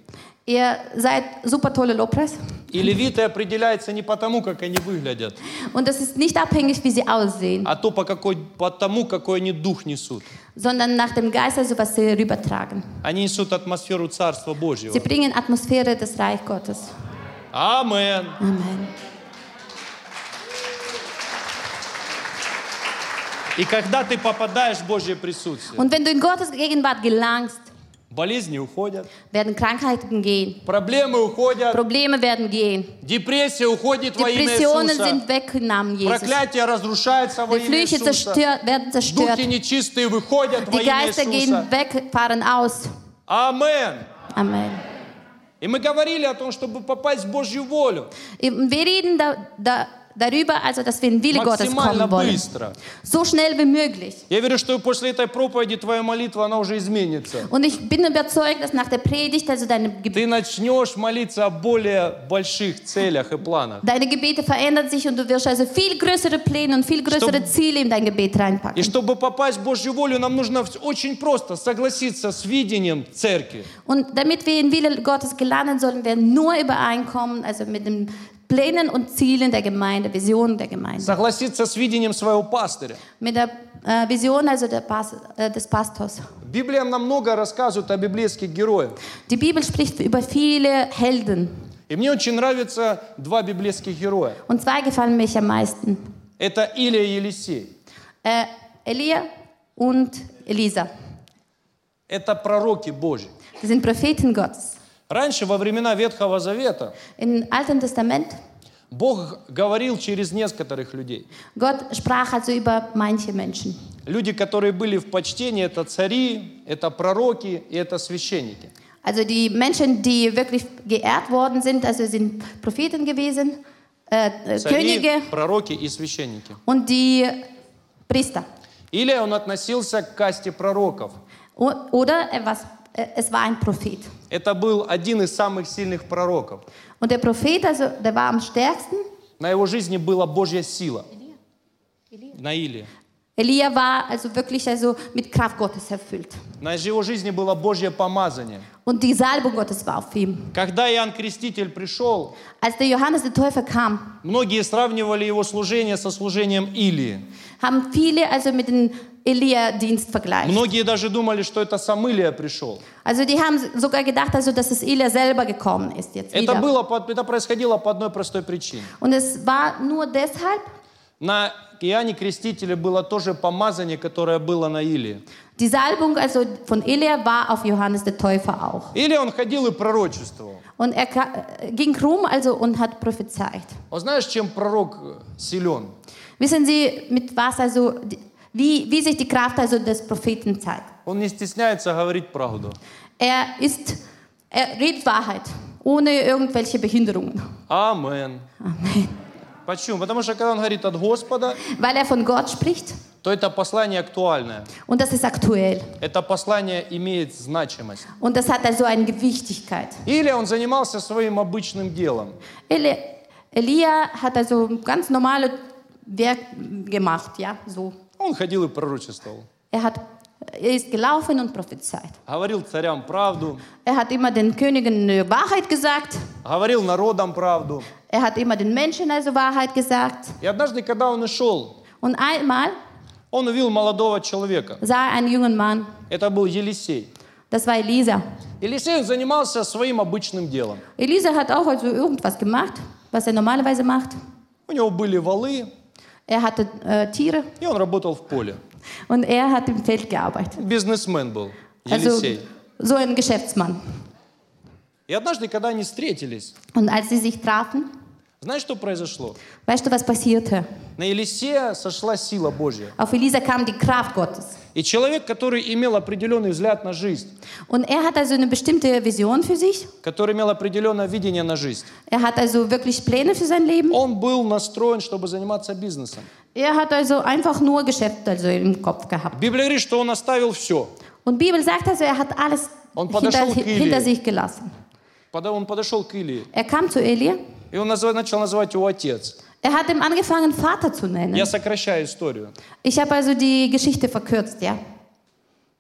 [SPEAKER 2] Ihr seid super tolle Lobpreis.
[SPEAKER 1] И левиты определяются не потому, как они выглядят,
[SPEAKER 2] Und das ist nicht abhängig, wie sie aussehen,
[SPEAKER 1] а то, по, какой, по тому, какой они дух несут.
[SPEAKER 2] sondern nach dem Geist, also was sie rübertragen.
[SPEAKER 1] Они несут атмосферу Царства Божьего.
[SPEAKER 2] Sie bringen Atmosphäre des Reich Gottes.
[SPEAKER 1] Амен.
[SPEAKER 2] Amen.
[SPEAKER 1] И когда ты попадаешь в Божье присутствие,
[SPEAKER 2] Und wenn du in Gottes Gegenwart gelangst,
[SPEAKER 1] болезни уходят,
[SPEAKER 2] werden Krankheiten gehen,
[SPEAKER 1] проблемы уходят,
[SPEAKER 2] Probleme werden gehen,
[SPEAKER 1] депрессия уходит во имя
[SPEAKER 2] Depressionen
[SPEAKER 1] Иисуса,
[SPEAKER 2] sind weg im Namen Jesus.
[SPEAKER 1] проклятие разрушается во имя
[SPEAKER 2] Die Flüche
[SPEAKER 1] Иисуса,
[SPEAKER 2] zerstört, werden zerstört,
[SPEAKER 1] духи нечистые выходят во
[SPEAKER 2] die
[SPEAKER 1] имя
[SPEAKER 2] Geister
[SPEAKER 1] Иисуса.
[SPEAKER 2] gehen weg, fahren aus.
[SPEAKER 1] Амен.
[SPEAKER 2] Amen.
[SPEAKER 1] И мы говорили о том, чтобы попасть в Божью волю
[SPEAKER 2] Wir reden da, da, darüber, also dass wir in den Wille Gottes
[SPEAKER 1] максимально
[SPEAKER 2] kommen wollen.
[SPEAKER 1] быстро.
[SPEAKER 2] So schnell wie möglich.
[SPEAKER 1] Я верю, что после этой проповеди твоя молитва, она уже изменится.
[SPEAKER 2] Und ich bin überzeugt, dass nach der Predigt also deine, Ge
[SPEAKER 1] Ты начнешь молиться о более больших целях и планах.
[SPEAKER 2] deine Gebete verändern sich und du wirst also viel größere Pläne und viel größere
[SPEAKER 1] Stopp.
[SPEAKER 2] Ziele in dein Gebet
[SPEAKER 1] И
[SPEAKER 2] reinpacken.
[SPEAKER 1] чтобы попасть в Божью волю, нам нужно вс- очень просто согласиться с видением церкви.
[SPEAKER 2] Und damit wir in den Wille Gottes gelangen, sollen wir nur übereinkommen, also mit den Plänen und Zielen der Gemeinde, Visionen der Gemeinde.
[SPEAKER 1] Согласиться с видением своего пастыря.
[SPEAKER 2] Mit der äh, Vision also der Pas äh, des Pastors.
[SPEAKER 1] Библия нам много рассказывает о библейских героях.
[SPEAKER 2] Die Bibel spricht über viele Helden.
[SPEAKER 1] И мне очень нравятся два библейских героя.
[SPEAKER 2] Und zwei gefallen mich am meisten.
[SPEAKER 1] Это Илия и Елисей.
[SPEAKER 2] Äh, Elia und Elisa.
[SPEAKER 1] Это пророки Божьи.
[SPEAKER 2] Sie sind Propheten Gottes.
[SPEAKER 1] Раньше, во времена Ветхого Завета,
[SPEAKER 2] Im Alten Testament,
[SPEAKER 1] Бог говорил через некоторых людей.
[SPEAKER 2] Gott sprach also über manche Menschen.
[SPEAKER 1] Люди, которые были в почтении, это цари, это пророки и это священники.
[SPEAKER 2] Also die Menschen, die wirklich geehrt worden sind, also sind Propheten gewesen, äh, äh, Könige
[SPEAKER 1] Цари, пророки и священники.
[SPEAKER 2] und die Priester.
[SPEAKER 1] Или он относился к касте пророков.
[SPEAKER 2] O oder er was, äh, es war ein Prophet.
[SPEAKER 1] Это был один из самых сильных пророков.
[SPEAKER 2] Und der Prophet, also der war am stärksten.
[SPEAKER 1] На его жизни была Божья сила. На Илии.
[SPEAKER 2] Elia war also wirklich also mit Kraft Gottes erfüllt.
[SPEAKER 1] На его жизни было Божье помазание.
[SPEAKER 2] Und die Salbung Gottes war auf ihm.
[SPEAKER 1] Когда Иоанн Креститель пришел,
[SPEAKER 2] Als der Johannes der Täufer kam,
[SPEAKER 1] многие сравнивали его служение со служением Илии.
[SPEAKER 2] haben viele also mit dem Elia-Dienst vergleicht.
[SPEAKER 1] Многие даже думали, что это сам Илия пришел.
[SPEAKER 2] Also die haben sogar gedacht, also, dass es Elia selber gekommen ist jetzt
[SPEAKER 1] Это,
[SPEAKER 2] wieder.
[SPEAKER 1] было, по- это происходило по одной простой причине.
[SPEAKER 2] Und es war nur deshalb,
[SPEAKER 1] На Иоанне Крестителе было тоже помазание, которое было на Илии.
[SPEAKER 2] die Salbung also von Elia war auf Johannes der Täufer auch.
[SPEAKER 1] Или он ходил и пророчествовал.
[SPEAKER 2] Und er ka- äh, ging rum also und hat prophezeit.
[SPEAKER 1] Он знаешь, чем пророк э, силен?
[SPEAKER 2] Wissen Sie, mit was also, die- wie, wie sich die Kraft also des Propheten zeigt?
[SPEAKER 1] Он не stесняется говорить правду.
[SPEAKER 2] Er ist, er redet Wahrheit, ohne irgendwelche Behinderungen.
[SPEAKER 1] Амен. Почему? Потому что когда он говорит от Господа,
[SPEAKER 2] Weil er von Gott spricht
[SPEAKER 1] то это послание актуальное.
[SPEAKER 2] und das ist aktuell.
[SPEAKER 1] Это послание имеет значимость.
[SPEAKER 2] Und das hat also eine Gewichtigkeit.
[SPEAKER 1] Или он занимался своим обычным делом.
[SPEAKER 2] Eli Elia hat also ganz normale Werk gemacht, ja, so.
[SPEAKER 1] Он ходил и prorочествовал.
[SPEAKER 2] Er hat er ist gelaufen und prophezeit.
[SPEAKER 1] Говорил царям правду,
[SPEAKER 2] Er hat immer den Königen äh, Wahrheit gesagt.
[SPEAKER 1] говорил народам правду.
[SPEAKER 2] Er hat immer den Menschen also Wahrheit gesagt.
[SPEAKER 1] И однажды, когда он и шел,
[SPEAKER 2] Und einmal
[SPEAKER 1] он увидел молодого человека.
[SPEAKER 2] sah er einen jungen Mann.
[SPEAKER 1] Это был Елисей.
[SPEAKER 2] Das war Elisa.
[SPEAKER 1] Елисей занимался своим обычным делом.
[SPEAKER 2] Elisa hat auch also irgendwas gemacht, was er normalerweise macht.
[SPEAKER 1] У него были валы,
[SPEAKER 2] Er hatte äh, Tiere
[SPEAKER 1] и он работал в поле.
[SPEAKER 2] und er hat im Feld gearbeitet.
[SPEAKER 1] Бизнесмен был
[SPEAKER 2] Also
[SPEAKER 1] Елисей.
[SPEAKER 2] so ein Geschäftsmann.
[SPEAKER 1] И однажды, когда они встретились,
[SPEAKER 2] Und als sie sich trafen,
[SPEAKER 1] знаешь, что произошло?
[SPEAKER 2] weißt du, was passierte?
[SPEAKER 1] На Елисея сошла сила Божья.
[SPEAKER 2] Auf Elisa kam die Kraft Gottes.
[SPEAKER 1] И человек, который имел определенный взгляд на жизнь,
[SPEAKER 2] Und er hat also eine bestimmte Vision für sich.
[SPEAKER 1] который имел определенное видение на жизнь,
[SPEAKER 2] Er hat also wirklich Pläne für sein Leben.
[SPEAKER 1] он был настроен, чтобы заниматься бизнесом.
[SPEAKER 2] Er hat also einfach nur Geschäfte also im Kopf gehabt.
[SPEAKER 1] Библия говорит, что он оставил все.
[SPEAKER 2] Und die Bibel sagt also, er hat alles
[SPEAKER 1] Und
[SPEAKER 2] hinter,
[SPEAKER 1] подошел к Илии.
[SPEAKER 2] hinter sich gelassen.
[SPEAKER 1] Он подошел к Илии,
[SPEAKER 2] Er kam zu Elia.
[SPEAKER 1] и он назва- начал называть его отец.
[SPEAKER 2] Er hat ihm angefangen, Vater zu nennen.
[SPEAKER 1] Я сокращаю историю.
[SPEAKER 2] Ich habe also die Geschichte verkürzt, ja.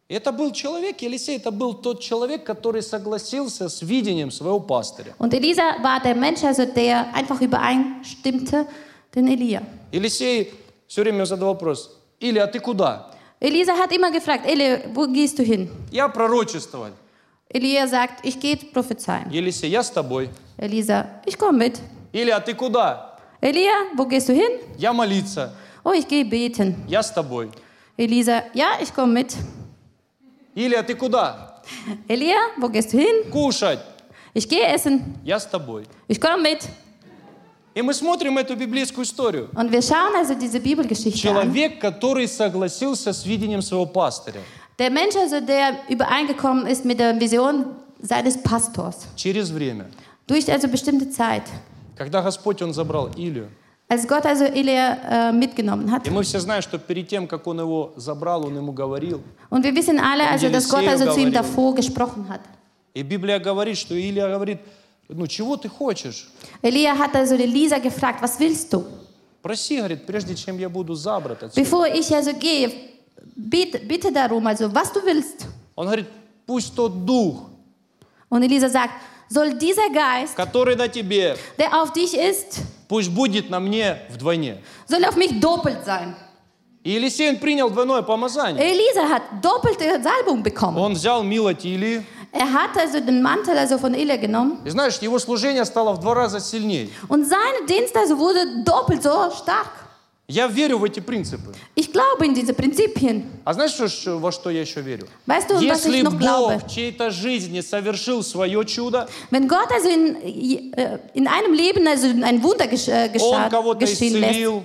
[SPEAKER 1] И это был человек, Елисей, это был тот человек, который согласился с видением своего пастыря.
[SPEAKER 2] Und Elisa war der Mensch, also der einfach übereinstimmte den Elia.
[SPEAKER 1] Елисей все время задал вопрос, Или, а ты куда?
[SPEAKER 2] Elisa hat immer gefragt, Elia, wo gehst du hin?
[SPEAKER 1] Я пророчествовать.
[SPEAKER 2] Elia sagt, ich gehe prophezeien.
[SPEAKER 1] Елисей, я с тобой.
[SPEAKER 2] Elisa, ich komme mit.
[SPEAKER 1] Или, а ты куда?
[SPEAKER 2] Elia, wo gehst du hin?
[SPEAKER 1] Я молиться.
[SPEAKER 2] Oh, ich gehe beten.
[SPEAKER 1] Я с тобой.
[SPEAKER 2] Elisa, ja, ich komme mit.
[SPEAKER 1] Или, а ты куда?
[SPEAKER 2] Elia, wo gehst du hin?
[SPEAKER 1] Кушать.
[SPEAKER 2] Ich gehe essen.
[SPEAKER 1] Я с тобой.
[SPEAKER 2] Ich komme mit.
[SPEAKER 1] И мы смотрим эту библейскую историю.
[SPEAKER 2] Und wir schauen also diese Bibelgeschichte an.
[SPEAKER 1] Человек, который согласился с видением своего пастыря.
[SPEAKER 2] Der Mensch, also der übereingekommen ist mit der Vision seines Pastors.
[SPEAKER 1] Через время.
[SPEAKER 2] Durch also bestimmte Zeit.
[SPEAKER 1] Когда Господь, Он забрал Илию.
[SPEAKER 2] Als Gott also Elia äh, mitgenommen
[SPEAKER 1] И
[SPEAKER 2] hat.
[SPEAKER 1] мы все знаем, что перед тем, как Он его забрал, Он ему говорил.
[SPEAKER 2] Und wir wissen alle, also, dass Gott also zu ihm davor gesprochen hat.
[SPEAKER 1] И Библия говорит, что Илия говорит, ну чего ты хочешь?
[SPEAKER 2] Elia hat also Elisa gefragt, was willst du?
[SPEAKER 1] Проси, говорит, прежде чем я буду забрат отсюда.
[SPEAKER 2] Bevor ich also gehe, bitte, bitte darum, also was du willst.
[SPEAKER 1] Он говорит, пусть тот дух,
[SPEAKER 2] Und Elisa sagt, soll dieser Geist,
[SPEAKER 1] который на тебе,
[SPEAKER 2] der auf dich ist,
[SPEAKER 1] пусть будет на мне вдвойне.
[SPEAKER 2] soll auf mich doppelt sein.
[SPEAKER 1] И Елисей он принял двойное помазание.
[SPEAKER 2] Elisa hat doppelte Salbung bekommen.
[SPEAKER 1] Он взял милость Илии.
[SPEAKER 2] Er hat also den Mantel also von Elia genommen
[SPEAKER 1] И знаешь, его служение стало в два раза сильнее.
[SPEAKER 2] und sein Dienst also wurde doppelt so stark.
[SPEAKER 1] Я верю в эти принципы.
[SPEAKER 2] Ich glaube in diese Prinzipien.
[SPEAKER 1] А знаешь, что- что- во что я еще верю?
[SPEAKER 2] Weißt du, um was
[SPEAKER 1] Если
[SPEAKER 2] ich noch
[SPEAKER 1] Бог
[SPEAKER 2] glaube?
[SPEAKER 1] в чьей-то жизни совершил свое чудо,
[SPEAKER 2] Wenn Gott also in, äh, in einem Leben also ein Wunder gesch äh,
[SPEAKER 1] Он
[SPEAKER 2] geschah,
[SPEAKER 1] кого-то
[SPEAKER 2] geschehen lässt,
[SPEAKER 1] исцелил,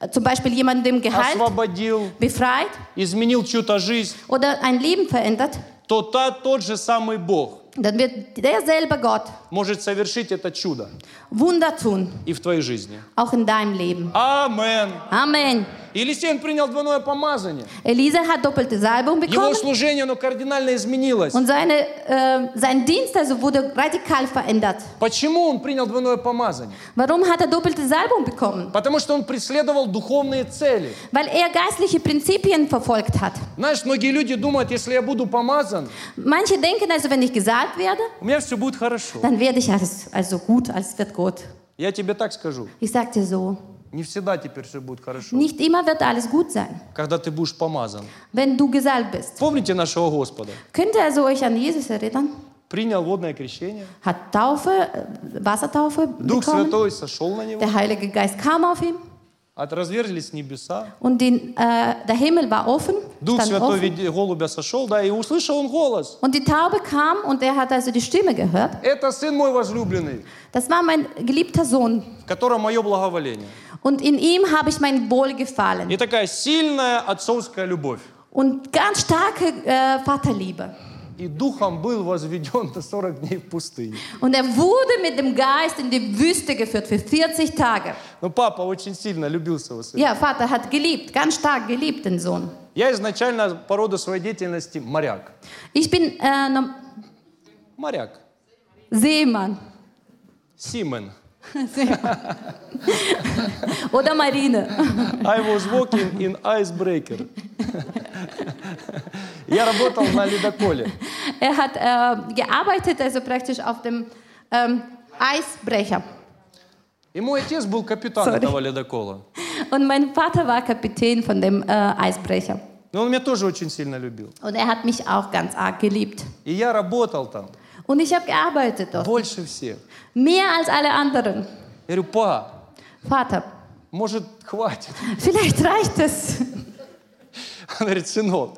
[SPEAKER 2] äh, zum Beispiel jemandem geheilt,
[SPEAKER 1] освободил,
[SPEAKER 2] befreit
[SPEAKER 1] изменил чью-то жизнь,
[SPEAKER 2] oder ein Leben verändert,
[SPEAKER 1] то та- тот же самый Бог
[SPEAKER 2] dann wird derselbe Gott
[SPEAKER 1] может совершить это чудо
[SPEAKER 2] Wunder tun,
[SPEAKER 1] и в твоей жизни.
[SPEAKER 2] auch in deinem Leben.
[SPEAKER 1] Амен.
[SPEAKER 2] Amen.
[SPEAKER 1] Елисей он принял двойное помазание.
[SPEAKER 2] Elisa hat doppelte Salbung
[SPEAKER 1] Его
[SPEAKER 2] bekommen
[SPEAKER 1] служение, оно кардинально изменилось.
[SPEAKER 2] und seine, äh, sein Dienst also wurde radikal verändert.
[SPEAKER 1] Почему он принял двойное помазание?
[SPEAKER 2] Warum hat er doppelte Salbung bekommen?
[SPEAKER 1] Потому что он преследовал духовные цели.
[SPEAKER 2] Weil er geistliche Prinzipien verfolgt hat.
[SPEAKER 1] Знаешь, многие люди думают, если я буду помазан,
[SPEAKER 2] Manche denken also, wenn ich gesagt werde,
[SPEAKER 1] у меня все будет хорошо.
[SPEAKER 2] dann werde ich alles, also gut, alles wird gut.
[SPEAKER 1] Я тебе так скажу,
[SPEAKER 2] Ich sag dir so,
[SPEAKER 1] не всегда теперь все будет хорошо,
[SPEAKER 2] nicht immer wird alles gut sein,
[SPEAKER 1] когда ты будешь помазан.
[SPEAKER 2] wenn du gesalbt bist.
[SPEAKER 1] Помните нашего Господа?
[SPEAKER 2] Könnt ihr also euch an Jesus erinnern?
[SPEAKER 1] Принял водное крещение,
[SPEAKER 2] Hat Taufe, äh, Wassertaufe
[SPEAKER 1] Дух
[SPEAKER 2] bekommen.
[SPEAKER 1] Святой сошел на него,
[SPEAKER 2] Der Heilige Geist kam auf ihn
[SPEAKER 1] отразверзлись небеса,
[SPEAKER 2] und den, äh, der Himmel war offen,
[SPEAKER 1] Дух
[SPEAKER 2] stand
[SPEAKER 1] Святой в
[SPEAKER 2] offen.
[SPEAKER 1] виде голубя сошел, да, и услышал он голос.
[SPEAKER 2] Und die Taube kam und er hat also die Stimme gehört.
[SPEAKER 1] Это сын мой возлюбленный,
[SPEAKER 2] Das war mein geliebter Sohn
[SPEAKER 1] в котором мое благоволение.
[SPEAKER 2] und in ihm habe ich mein Wohlgefallen.
[SPEAKER 1] И такая сильная отцовская любовь.
[SPEAKER 2] Und ganz starke äh, Vaterliebe.
[SPEAKER 1] И духом был возведен на 40 дней в пустыне.
[SPEAKER 2] Und er wurde mit dem Geist in die Wüste geführt für 40 Tage.
[SPEAKER 1] Но папа очень сильно любил своего сына.
[SPEAKER 2] Ja, Vater hat geliebt, ganz stark geliebt den Sohn.
[SPEAKER 1] Я изначально по роду своей деятельности моряк.
[SPEAKER 2] Ich bin äh, nom-
[SPEAKER 1] Моряк.
[SPEAKER 2] Seemann [LAUGHS]
[SPEAKER 1] Симен.
[SPEAKER 2] oder Marine.
[SPEAKER 1] I was walking in icebreaker. [LAUGHS] Я работал на ледоколе.
[SPEAKER 2] Er hat äh, gearbeitet, also praktisch auf dem ähm, Eisbrecher.
[SPEAKER 1] И мой отец был капитан
[SPEAKER 2] Sorry.
[SPEAKER 1] этого ледокола.
[SPEAKER 2] Und mein Vater war Kapitän von dem äh, Eisbrecher.
[SPEAKER 1] Но он меня тоже очень сильно любил.
[SPEAKER 2] Und er hat mich auch ganz arg geliebt.
[SPEAKER 1] И я работал там
[SPEAKER 2] Und ich habe gearbeitet dort.
[SPEAKER 1] больше всех.
[SPEAKER 2] Mehr als alle anderen.
[SPEAKER 1] Я говорю, па,
[SPEAKER 2] Vater,
[SPEAKER 1] может, хватит? [LAUGHS]
[SPEAKER 2] vielleicht reicht es.
[SPEAKER 1] Он говорит, сынок,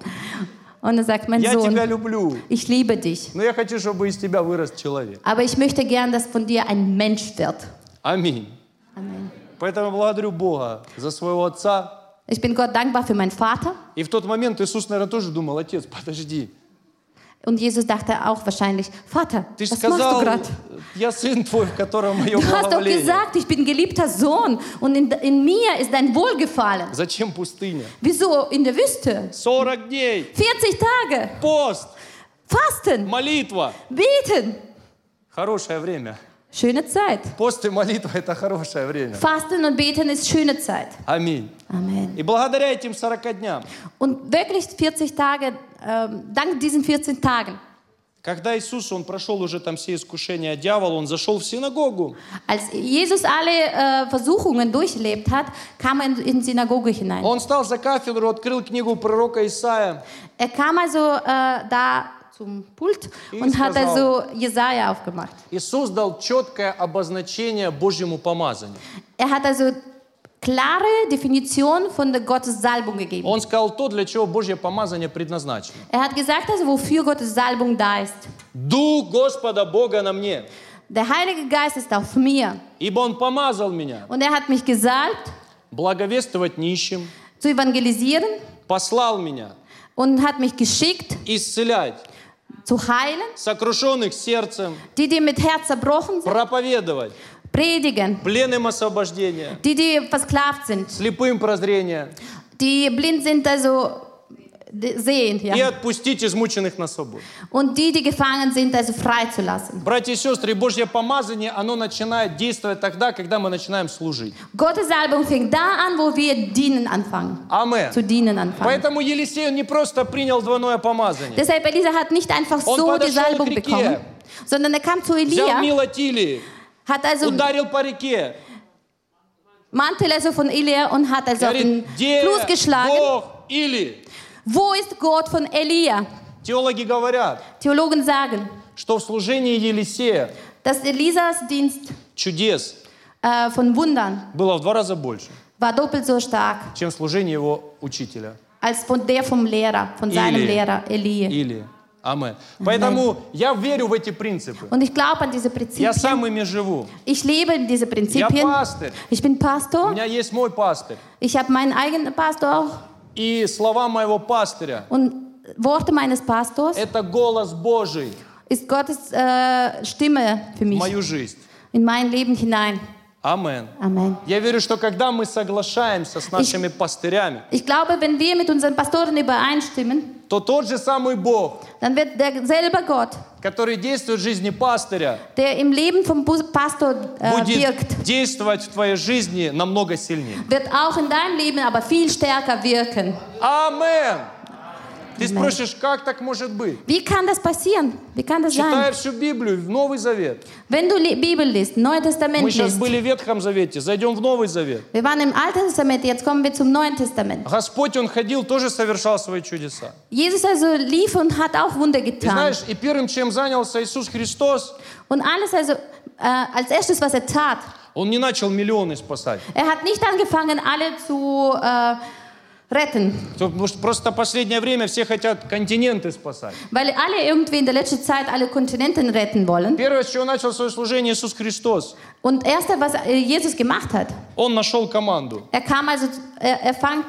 [SPEAKER 2] Und er sagt, mein
[SPEAKER 1] я тебя
[SPEAKER 2] Sohn,
[SPEAKER 1] люблю,
[SPEAKER 2] ich liebe dich,
[SPEAKER 1] но я хочу, чтобы из тебя вырос человек.
[SPEAKER 2] aber ich möchte gern, dass von dir ein Mensch wird.
[SPEAKER 1] Аминь.
[SPEAKER 2] Amen.
[SPEAKER 1] Поэтому благодарю Бога за своего отца.
[SPEAKER 2] Ich bin Gott dankbar für meinen Vater.
[SPEAKER 1] И в тот момент Иисус, наверное, тоже думал, отец, подожди,
[SPEAKER 2] Und Jesus dachte auch wahrscheinlich, Vater,
[SPEAKER 1] Ты же
[SPEAKER 2] was machst
[SPEAKER 1] сказал,
[SPEAKER 2] du gerade?
[SPEAKER 1] я сын твой, в котором мое
[SPEAKER 2] Du hast doch
[SPEAKER 1] благоволение.
[SPEAKER 2] gesagt, ich bin geliebter Sohn und in, in mir ist dein Wohlgefallen.
[SPEAKER 1] Зачем пустыня?
[SPEAKER 2] Wieso in der Wüste?
[SPEAKER 1] 40 дней,
[SPEAKER 2] 40 Tage,
[SPEAKER 1] пост,
[SPEAKER 2] Fasten,
[SPEAKER 1] молитва.
[SPEAKER 2] Beten.
[SPEAKER 1] Хорошее время.
[SPEAKER 2] Schöne Zeit.
[SPEAKER 1] Пост и молитва – это хорошее время.
[SPEAKER 2] Fasten und Beten ist schöne Zeit.
[SPEAKER 1] Аминь.
[SPEAKER 2] Amen.
[SPEAKER 1] И благодаря этим 40 дням,
[SPEAKER 2] Und wirklich 40 Tage, ähm, dank diesen 14 Tagen,
[SPEAKER 1] когда Иисус, Он прошел уже там все искушения дьявола, Он зашел в синагогу.
[SPEAKER 2] Als Jesus alle äh, Versuchungen durchlebt hat, kam er in, in die Synagoge hinein.
[SPEAKER 1] Он стал за кафедру, открыл книгу пророка Исаия
[SPEAKER 2] Er kam also äh, da zum Pult und hat also Jesaja aufgemacht.
[SPEAKER 1] Иисус дал четкое обозначение Божьему помазанию.
[SPEAKER 2] Er hat also klare Definition von der Gottes Salbung gegeben.
[SPEAKER 1] Он сказал то, для чего Божье помазание предназначено.
[SPEAKER 2] Er hat gesagt, also wofür Gottes Salbung da ist.
[SPEAKER 1] «Дух Господа Бога на мне,
[SPEAKER 2] Der Heilige Geist ist auf mir
[SPEAKER 1] ибо Он помазал меня
[SPEAKER 2] und er hat mich gesalbt
[SPEAKER 1] благовествовать нищим,
[SPEAKER 2] zu evangelisieren
[SPEAKER 1] послал меня
[SPEAKER 2] und hat mich geschickt
[SPEAKER 1] исцелять
[SPEAKER 2] zu heilen,
[SPEAKER 1] сокрушенных сердцем,
[SPEAKER 2] die die mit Herz zerbrochen sind,
[SPEAKER 1] проповедовать
[SPEAKER 2] predigen,
[SPEAKER 1] пленным освобождение,
[SPEAKER 2] die die versklavt sind.
[SPEAKER 1] слепым прозрение
[SPEAKER 2] die blind sind, also die sehen,
[SPEAKER 1] и
[SPEAKER 2] ja.
[SPEAKER 1] отпустить измученных на свободу.
[SPEAKER 2] Und die, die gefangen sind, also freizulassen.
[SPEAKER 1] Братья и сестры, Божье помазание, оно начинает действовать тогда, когда мы начинаем служить.
[SPEAKER 2] Gottes Salbung fängt da an, wo wir dienen anfangen.
[SPEAKER 1] Амен.
[SPEAKER 2] Zu dienen anfangen.
[SPEAKER 1] Поэтому Елисей, он не просто принял двойное помазание.
[SPEAKER 2] Deshalb, Elisa hat nicht einfach
[SPEAKER 1] Und
[SPEAKER 2] so die
[SPEAKER 1] подошел
[SPEAKER 2] Salbung
[SPEAKER 1] к реке.
[SPEAKER 2] bekommen, sondern er kam zu
[SPEAKER 1] Взял
[SPEAKER 2] Elia,
[SPEAKER 1] мило Тилии,
[SPEAKER 2] hat also
[SPEAKER 1] ударил по реке,
[SPEAKER 2] Mantel also von Elia und hat also auf den
[SPEAKER 1] говорит, где
[SPEAKER 2] Fluss geschlagen.
[SPEAKER 1] Бог или?
[SPEAKER 2] Wo ist Gott von Elia?
[SPEAKER 1] Теологи говорят,
[SPEAKER 2] Theologen sagen,
[SPEAKER 1] что в служении Елисея
[SPEAKER 2] dass Elisas Dienst
[SPEAKER 1] чудес
[SPEAKER 2] äh, von Wundern
[SPEAKER 1] было в два раза больше.
[SPEAKER 2] war doppelt so stark
[SPEAKER 1] чем служение его учителя.
[SPEAKER 2] als von der vom Lehrer, von seinem
[SPEAKER 1] Eli.
[SPEAKER 2] Lehrer Eli.
[SPEAKER 1] Или Амен. Поэтому я верю в эти принципы.
[SPEAKER 2] Und ich glaube an diese
[SPEAKER 1] Я
[SPEAKER 2] Prinzipien.
[SPEAKER 1] сам ими живу.
[SPEAKER 2] Ich lebe in diese
[SPEAKER 1] Я
[SPEAKER 2] Prinzipien.
[SPEAKER 1] пастырь.
[SPEAKER 2] Ich bin
[SPEAKER 1] У
[SPEAKER 2] Pastor.
[SPEAKER 1] меня есть мой пастырь.
[SPEAKER 2] Ich habe meinen eigenen Pastor
[SPEAKER 1] И слова моего пастыря
[SPEAKER 2] und Worte meines
[SPEAKER 1] –
[SPEAKER 2] Pastors
[SPEAKER 1] это голос Божий
[SPEAKER 2] ist Gottes äh, Stimme für
[SPEAKER 1] в
[SPEAKER 2] mich
[SPEAKER 1] мою жизнь.
[SPEAKER 2] in mein Leben hinein.
[SPEAKER 1] Амен.
[SPEAKER 2] Amen.
[SPEAKER 1] Я верю, что когда мы соглашаемся с нашими пастырями,
[SPEAKER 2] Ich glaube, wenn wir mit unseren Pastoren übereinstimmen,
[SPEAKER 1] то тот же самый Бог,
[SPEAKER 2] dann wird derselbe Gott,
[SPEAKER 1] который действует в жизни пастыря,
[SPEAKER 2] der im Leben vom Bus- Pastor äh, wirkt,
[SPEAKER 1] будет действовать в твоей жизни намного сильнее.
[SPEAKER 2] wird auch in deinem Leben aber viel stärker wirken.
[SPEAKER 1] Амен! Ты спросишь, как так может быть?
[SPEAKER 2] Wie kann das passieren? Wie kann das
[SPEAKER 1] Читая
[SPEAKER 2] sein?
[SPEAKER 1] всю Библию, в Новый Завет.
[SPEAKER 2] Wenn du li- Bibel liest, Neues
[SPEAKER 1] Мы
[SPEAKER 2] Testament
[SPEAKER 1] сейчас
[SPEAKER 2] liest,
[SPEAKER 1] были в Ветхом Завете, зайдем в Новый Завет.
[SPEAKER 2] wir waren im Alten Testament, jetzt kommen wir zum Neuen Testament.
[SPEAKER 1] Господь, Он ходил, тоже совершал свои чудеса.
[SPEAKER 2] Jesus also lief und hat auch Wunder
[SPEAKER 1] И
[SPEAKER 2] getan.
[SPEAKER 1] знаешь, и первым, чем занялся Иисус Христос,
[SPEAKER 2] Und alles also, äh, als erstes, was er tat,
[SPEAKER 1] Он не начал миллионы спасать.
[SPEAKER 2] er hat nicht angefangen, alle zu äh, retten,
[SPEAKER 1] То- Потому что просто последнее время все хотят континенты спасать.
[SPEAKER 2] weil alle irgendwie in der letzten Zeit alle Kontinenten retten wollen.
[SPEAKER 1] Первое, с чего начал свое служение Иисус Христос,
[SPEAKER 2] Und erste, was äh, Jesus gemacht hat,
[SPEAKER 1] Он нашел команду.
[SPEAKER 2] er kam also, er, er fang,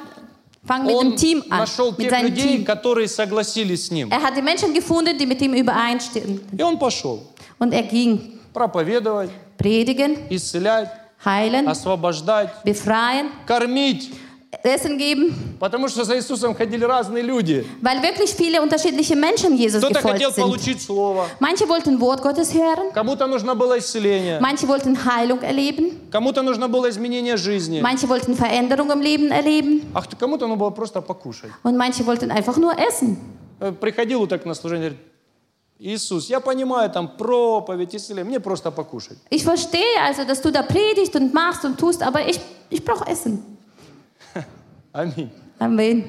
[SPEAKER 2] fang mit
[SPEAKER 1] Он
[SPEAKER 2] dem Team an,
[SPEAKER 1] нашел
[SPEAKER 2] mit
[SPEAKER 1] тех
[SPEAKER 2] seinem
[SPEAKER 1] людей,
[SPEAKER 2] Team.
[SPEAKER 1] которые согласились с Ним.
[SPEAKER 2] Er hat die Menschen gefunden, die mit ihm übereinstimmen.
[SPEAKER 1] И Он пошел
[SPEAKER 2] Und er ging
[SPEAKER 1] проповедовать,
[SPEAKER 2] predigen,
[SPEAKER 1] исцелять,
[SPEAKER 2] heilen,
[SPEAKER 1] освобождать,
[SPEAKER 2] befreien,
[SPEAKER 1] кормить.
[SPEAKER 2] Essen geben,
[SPEAKER 1] Потому что за Иисусом ходили разные люди.
[SPEAKER 2] weil wirklich viele unterschiedliche Menschen Jesus
[SPEAKER 1] Кто-то хотел
[SPEAKER 2] gefolgt sind.
[SPEAKER 1] получить Слово,
[SPEAKER 2] Manche wollten Wort Gottes hören,
[SPEAKER 1] кому-то нужно было исцеление,
[SPEAKER 2] manche wollten Heilung erleben,
[SPEAKER 1] кому-то нужно было изменение жизни,
[SPEAKER 2] manche wollten Veränderung im Leben erleben
[SPEAKER 1] а кто- кому-то нужно было просто покушать.
[SPEAKER 2] und manche wollten einfach nur essen.
[SPEAKER 1] Э, Приходил вот так на служение, говорит, Иисус, я понимаю, там проповедь, исцеление, мне просто покушать.
[SPEAKER 2] Ich verstehe also, dass du da predigst und machst und tust, aber ich, ich brauche Essen.
[SPEAKER 1] Аминь.
[SPEAKER 2] Amen.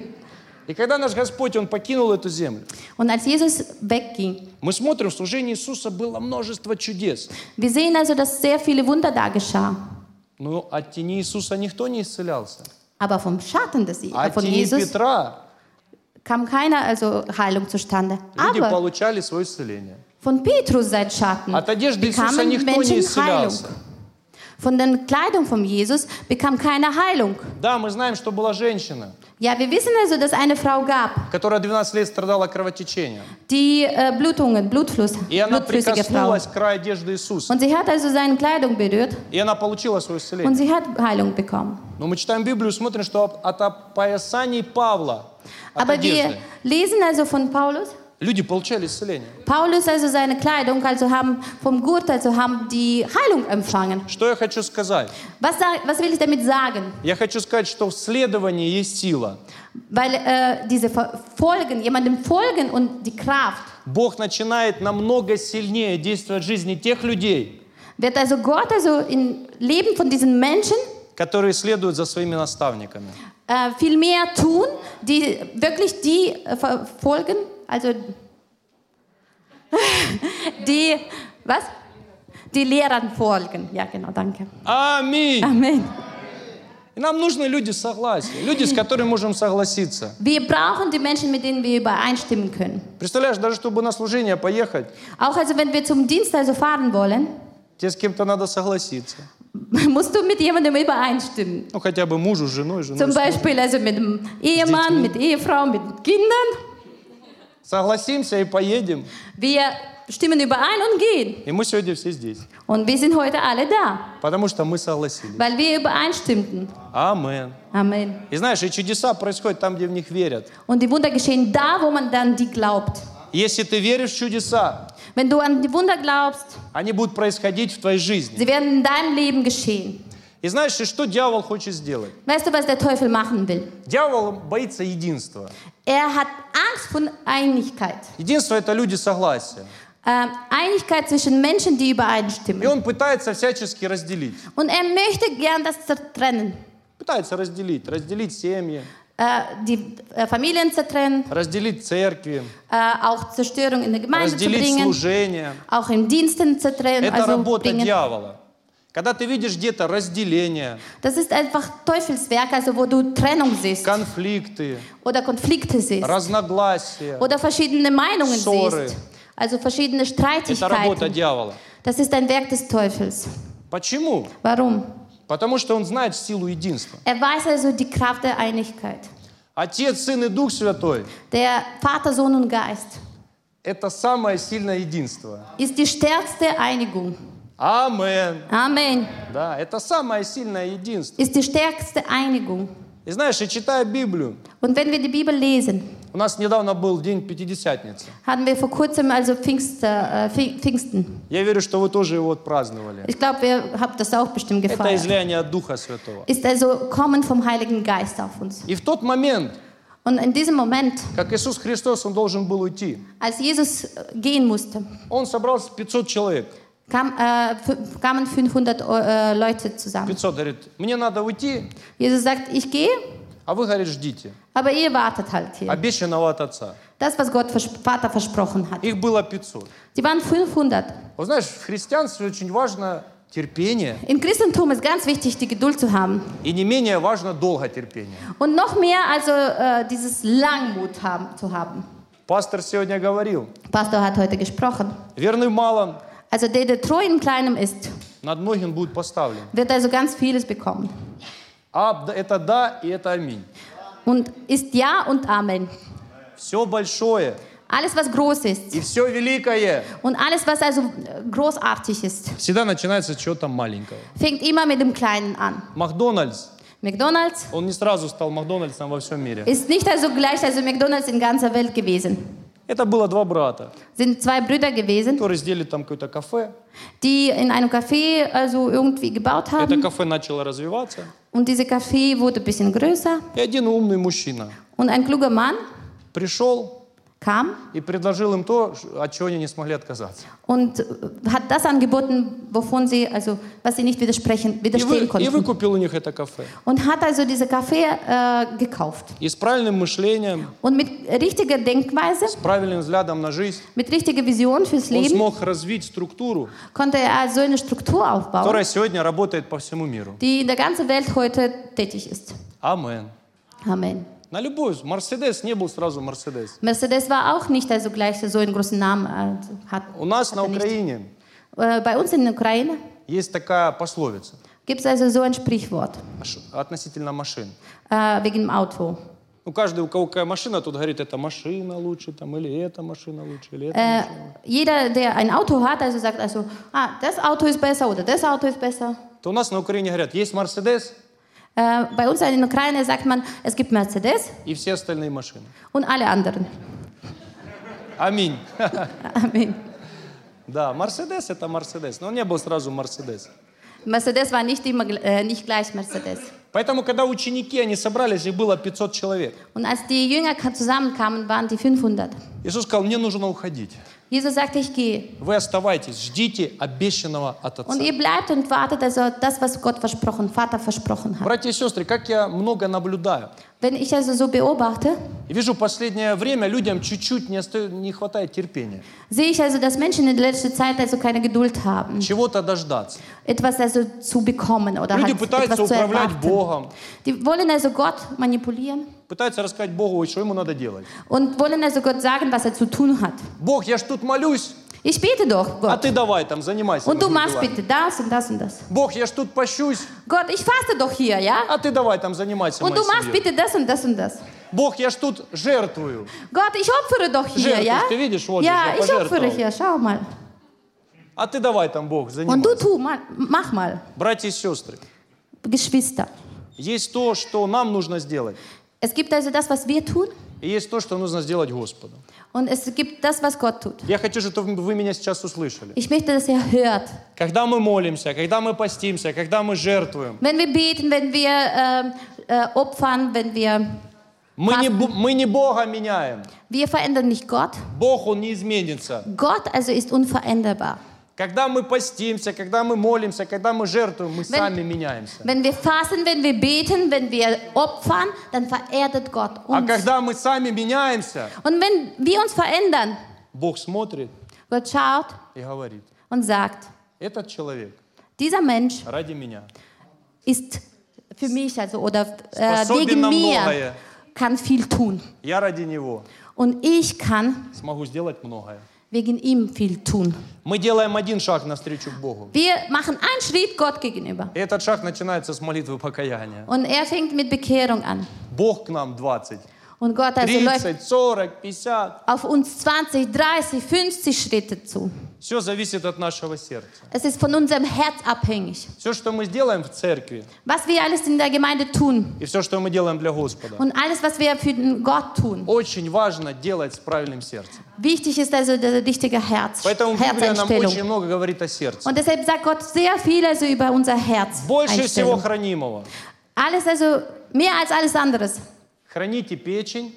[SPEAKER 1] И когда наш Господь, Он покинул эту землю,
[SPEAKER 2] Und als Jesus wegging,
[SPEAKER 1] мы смотрим, в служении Иисуса было множество чудес.
[SPEAKER 2] wir sehen also, dass sehr viele Wunder da geschah.
[SPEAKER 1] Но от тени Иисуса никто не исцелялся.
[SPEAKER 2] Aber vom Schatten des, äh,
[SPEAKER 1] От
[SPEAKER 2] von
[SPEAKER 1] тени
[SPEAKER 2] Jesus
[SPEAKER 1] Петра
[SPEAKER 2] kam keiner also Heilung zustande.
[SPEAKER 1] люди
[SPEAKER 2] Aber
[SPEAKER 1] получали свое исцеление.
[SPEAKER 2] Von Petrus seit Schatten
[SPEAKER 1] От одежды Иисуса
[SPEAKER 2] bekamen
[SPEAKER 1] никто не
[SPEAKER 2] Menschen
[SPEAKER 1] исцелялся.
[SPEAKER 2] Heilung. Von der Kleidung von Jesus bekam keine Heilung.
[SPEAKER 1] Да, мы знаем, что была женщина,
[SPEAKER 2] Ja, wir wissen also, dass eine Frau gab,
[SPEAKER 1] которая 12 лет страдала кровотечением.
[SPEAKER 2] die äh, Blutungen, Blutfluss,
[SPEAKER 1] И она
[SPEAKER 2] blutflüssige Frau.
[SPEAKER 1] прикоснулась к краю одежды Иисуса.
[SPEAKER 2] Und sie hat also seine Kleidung berührt
[SPEAKER 1] И она получила свое
[SPEAKER 2] und
[SPEAKER 1] исцеление.
[SPEAKER 2] sie hat Heilung bekommen.
[SPEAKER 1] Но мы читаем Библию, смотрим, что об- от опоясаний Павла, от
[SPEAKER 2] Aber wir
[SPEAKER 1] одежды,
[SPEAKER 2] lesen also von Paulus.
[SPEAKER 1] люди получали исцеление.
[SPEAKER 2] Paulus also seine Kleidung, also haben vom Gurt, also haben die Heilung empfangen.
[SPEAKER 1] Что я хочу сказать?
[SPEAKER 2] Was, sa- was will ich damit sagen?
[SPEAKER 1] Я хочу сказать, что в следовании есть сила.
[SPEAKER 2] Weil äh, diese Ver- Folgen, jemandem folgen und die Kraft,
[SPEAKER 1] Бог начинает намного сильнее действовать в жизни тех людей,
[SPEAKER 2] wird also Gott also im Leben von diesen Menschen
[SPEAKER 1] которые следуют за своими nastavниками.
[SPEAKER 2] äh, viel mehr tun, die wirklich die äh, verfolgen, also [LAUGHS] die, was? Die Lehrern folgen. Ja, genau, danke.
[SPEAKER 1] Аминь!
[SPEAKER 2] Amen.
[SPEAKER 1] И нам нужны люди согласия, люди, с которыми можем согласиться.
[SPEAKER 2] Wir brauchen die Menschen, mit denen wir übereinstimmen können.
[SPEAKER 1] Представляешь, даже чтобы на служение поехать,
[SPEAKER 2] Auch also, wenn wir zum Dienst also fahren wollen, [LAUGHS]
[SPEAKER 1] тебе с кем-то надо согласиться.
[SPEAKER 2] musst du mit jemandem übereinstimmen.
[SPEAKER 1] Ну, хотя бы мужу, с женой, с женой.
[SPEAKER 2] Zum
[SPEAKER 1] с мужем.
[SPEAKER 2] Beispiel also mit dem Ehemann, mit Ehefrau, mit Kindern.
[SPEAKER 1] Согласимся и поедем.
[SPEAKER 2] Wir stimmen überein und gehen.
[SPEAKER 1] И мы сегодня все здесь,
[SPEAKER 2] Und wir sind heute alle da,
[SPEAKER 1] потому что мы согласились.
[SPEAKER 2] weil wir übereinstimmten.
[SPEAKER 1] Амен.
[SPEAKER 2] Amen.
[SPEAKER 1] И знаешь, и чудеса происходят там, где в них верят.
[SPEAKER 2] Und die Wunder geschehen da, wo man dann die glaubt.
[SPEAKER 1] Если ты веришь в чудеса,
[SPEAKER 2] Wenn du an die Wunder glaubst,
[SPEAKER 1] они будут происходить в твоей жизни.
[SPEAKER 2] sie werden in deinem Leben geschehen.
[SPEAKER 1] И знаешь, и что дьявол хочет сделать?
[SPEAKER 2] Weißt du, was der Teufel machen will?
[SPEAKER 1] Дьявол боится единства.
[SPEAKER 2] Er hat Angst von Einigkeit.
[SPEAKER 1] Единство — это люди согласия.
[SPEAKER 2] Ähm, Einigkeit zwischen Menschen, die
[SPEAKER 1] И
[SPEAKER 2] übereinstimmen.
[SPEAKER 1] он пытается всячески разделить.
[SPEAKER 2] Und er möchte gern das zertrennen.
[SPEAKER 1] Пытается разделить. Разделить семьи,
[SPEAKER 2] Äh, die äh, Familien zertrennen,
[SPEAKER 1] разделить церкви,
[SPEAKER 2] äh, auch Zerstörung in der Gemeinde zu
[SPEAKER 1] разделить
[SPEAKER 2] bringen,
[SPEAKER 1] служение.
[SPEAKER 2] auch in Diensten zu trennen,
[SPEAKER 1] Это
[SPEAKER 2] also
[SPEAKER 1] работа
[SPEAKER 2] bringen.
[SPEAKER 1] дьявола. Когда ты видишь где-то разделение,
[SPEAKER 2] Das ist einfach Teufelswerk, also wo du Trennung siehst
[SPEAKER 1] конфликты,
[SPEAKER 2] oder Konflikte siehst
[SPEAKER 1] разногласия,
[SPEAKER 2] oder verschiedene Meinungen
[SPEAKER 1] Ссоры.
[SPEAKER 2] siehst, also verschiedene
[SPEAKER 1] это работа
[SPEAKER 2] Streitigkeiten.
[SPEAKER 1] дьявола.
[SPEAKER 2] Das ist ein Werk des Teufels.
[SPEAKER 1] Почему?
[SPEAKER 2] Warum?
[SPEAKER 1] Потому что он знает силу единства.
[SPEAKER 2] Er weiß also die Kraft der Einigkeit.
[SPEAKER 1] Отец, Сын и Дух Святой
[SPEAKER 2] Der Vater, Sohn und Geist
[SPEAKER 1] – это самое сильное единство.
[SPEAKER 2] ist die stärkste Einigung.
[SPEAKER 1] Амен.
[SPEAKER 2] Amen.
[SPEAKER 1] Да, это самое сильное единство.
[SPEAKER 2] Ist die stärkste Einigung.
[SPEAKER 1] И знаешь, и читая Библию,
[SPEAKER 2] Und wenn wir die Bibel lesen,
[SPEAKER 1] у нас недавно был День Пятидесятницы.
[SPEAKER 2] hatten wir vor kurzem also Pfingster, äh, Pfing- Pfingsten.
[SPEAKER 1] Я верю, что вы тоже его отпраздновали.
[SPEAKER 2] Ich glaube, ihr habt das auch bestimmt
[SPEAKER 1] Это
[SPEAKER 2] gefeiert.
[SPEAKER 1] излияние от Духа Святого.
[SPEAKER 2] Ist also Kommen vom Heiligen Geist auf uns.
[SPEAKER 1] И в тот момент,
[SPEAKER 2] Und in diesem Moment,
[SPEAKER 1] как Иисус Христос, Он должен был уйти,
[SPEAKER 2] als Jesus äh, gehen musste,
[SPEAKER 1] Он собрался 500 человек.
[SPEAKER 2] kam, äh, fü- kamen 500 Eu- äh, Leute zusammen.
[SPEAKER 1] 500 говорит, мне надо уйти,
[SPEAKER 2] Jesus sagt, ich gehe,
[SPEAKER 1] а вы, говорит, ждите.
[SPEAKER 2] aber ihr wartet halt hier.
[SPEAKER 1] Обещанного от Отца.
[SPEAKER 2] Das, was Gott vers Vater versprochen hat.
[SPEAKER 1] Их было 500.
[SPEAKER 2] Die waren 500.
[SPEAKER 1] Вот знаешь, в христианстве очень важно терпение,
[SPEAKER 2] Im Christentum ist ganz wichtig, die Geduld zu haben.
[SPEAKER 1] и не менее важно долго терпение.
[SPEAKER 2] Und noch mehr also äh, dieses Langmut haben, zu haben.
[SPEAKER 1] Пастор сегодня говорил,
[SPEAKER 2] Pastor hat heute gesprochen.
[SPEAKER 1] верный малым,
[SPEAKER 2] Also der, der treu in Kleinem ist,
[SPEAKER 1] над многим будет поставлен.
[SPEAKER 2] wird also ganz vieles bekommen.
[SPEAKER 1] А д- это да и это аминь.
[SPEAKER 2] Und ist Ja und Amen.
[SPEAKER 1] Все большое
[SPEAKER 2] Alles, was groß ist
[SPEAKER 1] и все великое
[SPEAKER 2] und alles, was also äh, großartig ist,
[SPEAKER 1] всегда начинается с чего-то маленького.
[SPEAKER 2] fängt immer mit dem Kleinen an.
[SPEAKER 1] Макдональдс,
[SPEAKER 2] McDonald's
[SPEAKER 1] он не сразу стал Макдональдсом во всем мире.
[SPEAKER 2] ist nicht also gleich, also McDonald's in ganzer Welt gewesen.
[SPEAKER 1] Это было два брата,
[SPEAKER 2] Sind zwei Brüder gewesen,
[SPEAKER 1] которые сделали там какое-то кафе.
[SPEAKER 2] die in einem Café also irgendwie gebaut
[SPEAKER 1] Это
[SPEAKER 2] haben.
[SPEAKER 1] кафе начало развиваться.
[SPEAKER 2] Und diese Café wurde ein bisschen größer.
[SPEAKER 1] И один умный мужчина
[SPEAKER 2] Und ein kluger Mann
[SPEAKER 1] пришел
[SPEAKER 2] kam
[SPEAKER 1] и предложил им то, ш- от чего они не смогли отказаться.
[SPEAKER 2] und äh, hat das angeboten, wovon sie also was sie nicht widersprechen
[SPEAKER 1] И, вы-
[SPEAKER 2] widerstehen
[SPEAKER 1] и
[SPEAKER 2] konnten.
[SPEAKER 1] выкупил у них это кафе.
[SPEAKER 2] Und hat also diese Kaffee äh, gekauft.
[SPEAKER 1] И с правильным мышлением,
[SPEAKER 2] Und mit richtiger Denkweise,
[SPEAKER 1] с правильным взглядом на жизнь,
[SPEAKER 2] mit richtiger Vision fürs
[SPEAKER 1] он
[SPEAKER 2] Leben,
[SPEAKER 1] смог развить структуру,
[SPEAKER 2] konnte er also eine Struktur aufbauen,
[SPEAKER 1] которая сегодня работает по всему миру.
[SPEAKER 2] die in der ganzen Welt heute tätig ist.
[SPEAKER 1] Амен.
[SPEAKER 2] Amen.
[SPEAKER 1] На любой. Мерседес не был сразу Мерседес.
[SPEAKER 2] Mercedes war auch nicht also gleich so einen großen Namen also hat.
[SPEAKER 1] У нас на
[SPEAKER 2] hatte nicht.
[SPEAKER 1] Украине
[SPEAKER 2] Äh, bei uns in der Ukraine
[SPEAKER 1] есть такая пословица
[SPEAKER 2] gibt es also so ein Sprichwort
[SPEAKER 1] маш- относительно машин.
[SPEAKER 2] äh, wegen dem Auto.
[SPEAKER 1] Ну, каждый, у кого какая машина, тут говорит, это машина лучше, там, или эта машина лучше, или это.
[SPEAKER 2] Äh, jeder, der ein Auto hat, also sagt also, ah, das Auto ist besser oder das Auto ist besser.
[SPEAKER 1] То у нас на Украине говорят, есть Мерседес
[SPEAKER 2] Äh, bei uns in der Ukraine sagt man, es gibt Mercedes
[SPEAKER 1] и все остальные машины.
[SPEAKER 2] und alle anderen. [LAUGHS]
[SPEAKER 1] Аминь. [LAUGHS]
[SPEAKER 2] Amen.
[SPEAKER 1] Да, Мерседес это Мерседес, но он не был сразу Мерседес.
[SPEAKER 2] Mercedes war nicht immer gl- äh, nicht gleich Mercedes.
[SPEAKER 1] Поэтому, когда ученики, они собрались, их было 500 человек.
[SPEAKER 2] Und als die Jünger ka- zusammenkamen, waren die 500.
[SPEAKER 1] Иисус сказал, мне нужно уходить.
[SPEAKER 2] Jesus sagte, ich gehe.
[SPEAKER 1] Вы оставайтесь, ждите обещанного от Отца.
[SPEAKER 2] Und ihr bleibt und wartet also das, was Gott versprochen, Vater versprochen hat.
[SPEAKER 1] Братья и сестры, как я много наблюдаю.
[SPEAKER 2] Wenn ich also so beobachte,
[SPEAKER 1] И вижу, последнее время людям чуть-чуть не, оста- не хватает терпения.
[SPEAKER 2] sehe ich also, dass Menschen in letzter Zeit also keine Geduld haben,
[SPEAKER 1] Чего-то дождаться.
[SPEAKER 2] etwas also zu bekommen oder
[SPEAKER 1] Люди
[SPEAKER 2] halt
[SPEAKER 1] пытаются
[SPEAKER 2] etwas zu
[SPEAKER 1] управлять
[SPEAKER 2] erwarten.
[SPEAKER 1] Богом,
[SPEAKER 2] Die wollen also Gott manipulieren
[SPEAKER 1] пытаются рассказать Богу, что ему надо делать.
[SPEAKER 2] und wollen also Gott sagen, was er zu tun hat.
[SPEAKER 1] Бог, я ж тут молюсь,
[SPEAKER 2] Ich bete doch,
[SPEAKER 1] а
[SPEAKER 2] Gott.
[SPEAKER 1] ты давай там занимайся.
[SPEAKER 2] Und du
[SPEAKER 1] моими
[SPEAKER 2] machst
[SPEAKER 1] делами.
[SPEAKER 2] bitte das und das und das.
[SPEAKER 1] Бог, я ж тут пощусь,
[SPEAKER 2] Gott, ich faste doch hier, ja?
[SPEAKER 1] а ты давай там занимайся.
[SPEAKER 2] Und
[SPEAKER 1] моей
[SPEAKER 2] du machst
[SPEAKER 1] семьей.
[SPEAKER 2] bitte das und das und das.
[SPEAKER 1] Бог, я ж тут жертвую.
[SPEAKER 2] Gott, ich opfere doch hier,
[SPEAKER 1] Жертвуешь,
[SPEAKER 2] ja?
[SPEAKER 1] ты видишь, вот
[SPEAKER 2] Ja,
[SPEAKER 1] здесь
[SPEAKER 2] ich
[SPEAKER 1] я
[SPEAKER 2] opfere
[SPEAKER 1] пожертвовал.
[SPEAKER 2] hier, schau mal.
[SPEAKER 1] А ты давай там, Бог,
[SPEAKER 2] Und du
[SPEAKER 1] занимайся.
[SPEAKER 2] tu, mal, mach mal.
[SPEAKER 1] Братья и сестры,
[SPEAKER 2] Geschwister.
[SPEAKER 1] есть то, что нам нужно сделать,
[SPEAKER 2] Es gibt also das, was wir tun
[SPEAKER 1] и есть то, что нужно сделать Господу.
[SPEAKER 2] und es gibt das, was Gott tut.
[SPEAKER 1] Я хочу, чтобы вы меня сейчас услышали.
[SPEAKER 2] Ich möchte, dass ihr hört.
[SPEAKER 1] Когда мы молимся, когда мы постимся, когда мы жертвуем,
[SPEAKER 2] Wenn wir beten, wenn wir ähm, äh, opfern, wenn wir...
[SPEAKER 1] мы не,
[SPEAKER 2] Пастор.
[SPEAKER 1] бу- мы не Бога меняем.
[SPEAKER 2] Wir verändern nicht Gott.
[SPEAKER 1] Бог, Он не изменится.
[SPEAKER 2] Gott also ist unveränderbar.
[SPEAKER 1] Когда мы постимся, когда мы молимся, когда мы жертвуем, мы сами меняемся.
[SPEAKER 2] Wenn wir fasten, wenn wir beten, wenn wir opfern, dann verändert Gott
[SPEAKER 1] А
[SPEAKER 2] uns.
[SPEAKER 1] когда мы сами меняемся,
[SPEAKER 2] Und wenn wir uns verändern,
[SPEAKER 1] Бог смотрит
[SPEAKER 2] Gott schaut
[SPEAKER 1] и говорит,
[SPEAKER 2] und sagt,
[SPEAKER 1] этот человек
[SPEAKER 2] Dieser Mensch
[SPEAKER 1] ради меня.
[SPEAKER 2] ist für mich, also oder äh,
[SPEAKER 1] Способен
[SPEAKER 2] wegen
[SPEAKER 1] на
[SPEAKER 2] mir,
[SPEAKER 1] многое.
[SPEAKER 2] kann viel tun.
[SPEAKER 1] Я ради него
[SPEAKER 2] Und ich kann
[SPEAKER 1] смогу сделать многое.
[SPEAKER 2] wegen ihm viel tun.
[SPEAKER 1] Мы делаем один шаг навстречу к Богу.
[SPEAKER 2] Wir machen einen Schritt Gott gegenüber.
[SPEAKER 1] И этот шаг начинается с молитвы покаяния.
[SPEAKER 2] Und er fängt mit Bekehrung an.
[SPEAKER 1] Бог к нам 20,
[SPEAKER 2] Und Gott also läuft
[SPEAKER 1] 30, 40, 50.
[SPEAKER 2] auf uns 20, 30, 50 Schritte zu.
[SPEAKER 1] Все зависит от нашего сердца.
[SPEAKER 2] Es ist von unserem Herz abhängig,
[SPEAKER 1] Все, что мы сделаем в церкви,
[SPEAKER 2] was wir alles in der Gemeinde tun
[SPEAKER 1] и все, что мы делаем для Господа,
[SPEAKER 2] und alles, was wir für den Gott tun.
[SPEAKER 1] очень важно делать с правильным сердцем.
[SPEAKER 2] Wichtig ist also der richtige Herz,
[SPEAKER 1] Поэтому Библия нам очень
[SPEAKER 2] Herzeinstellung.
[SPEAKER 1] много говорит о сердце.
[SPEAKER 2] Und deshalb sagt Gott sehr viel also über unser Herz.
[SPEAKER 1] Больше всего
[SPEAKER 2] Einstellung.
[SPEAKER 1] хранимого.
[SPEAKER 2] Alles also mehr als alles anderes. [LAUGHS]
[SPEAKER 1] Храните печень,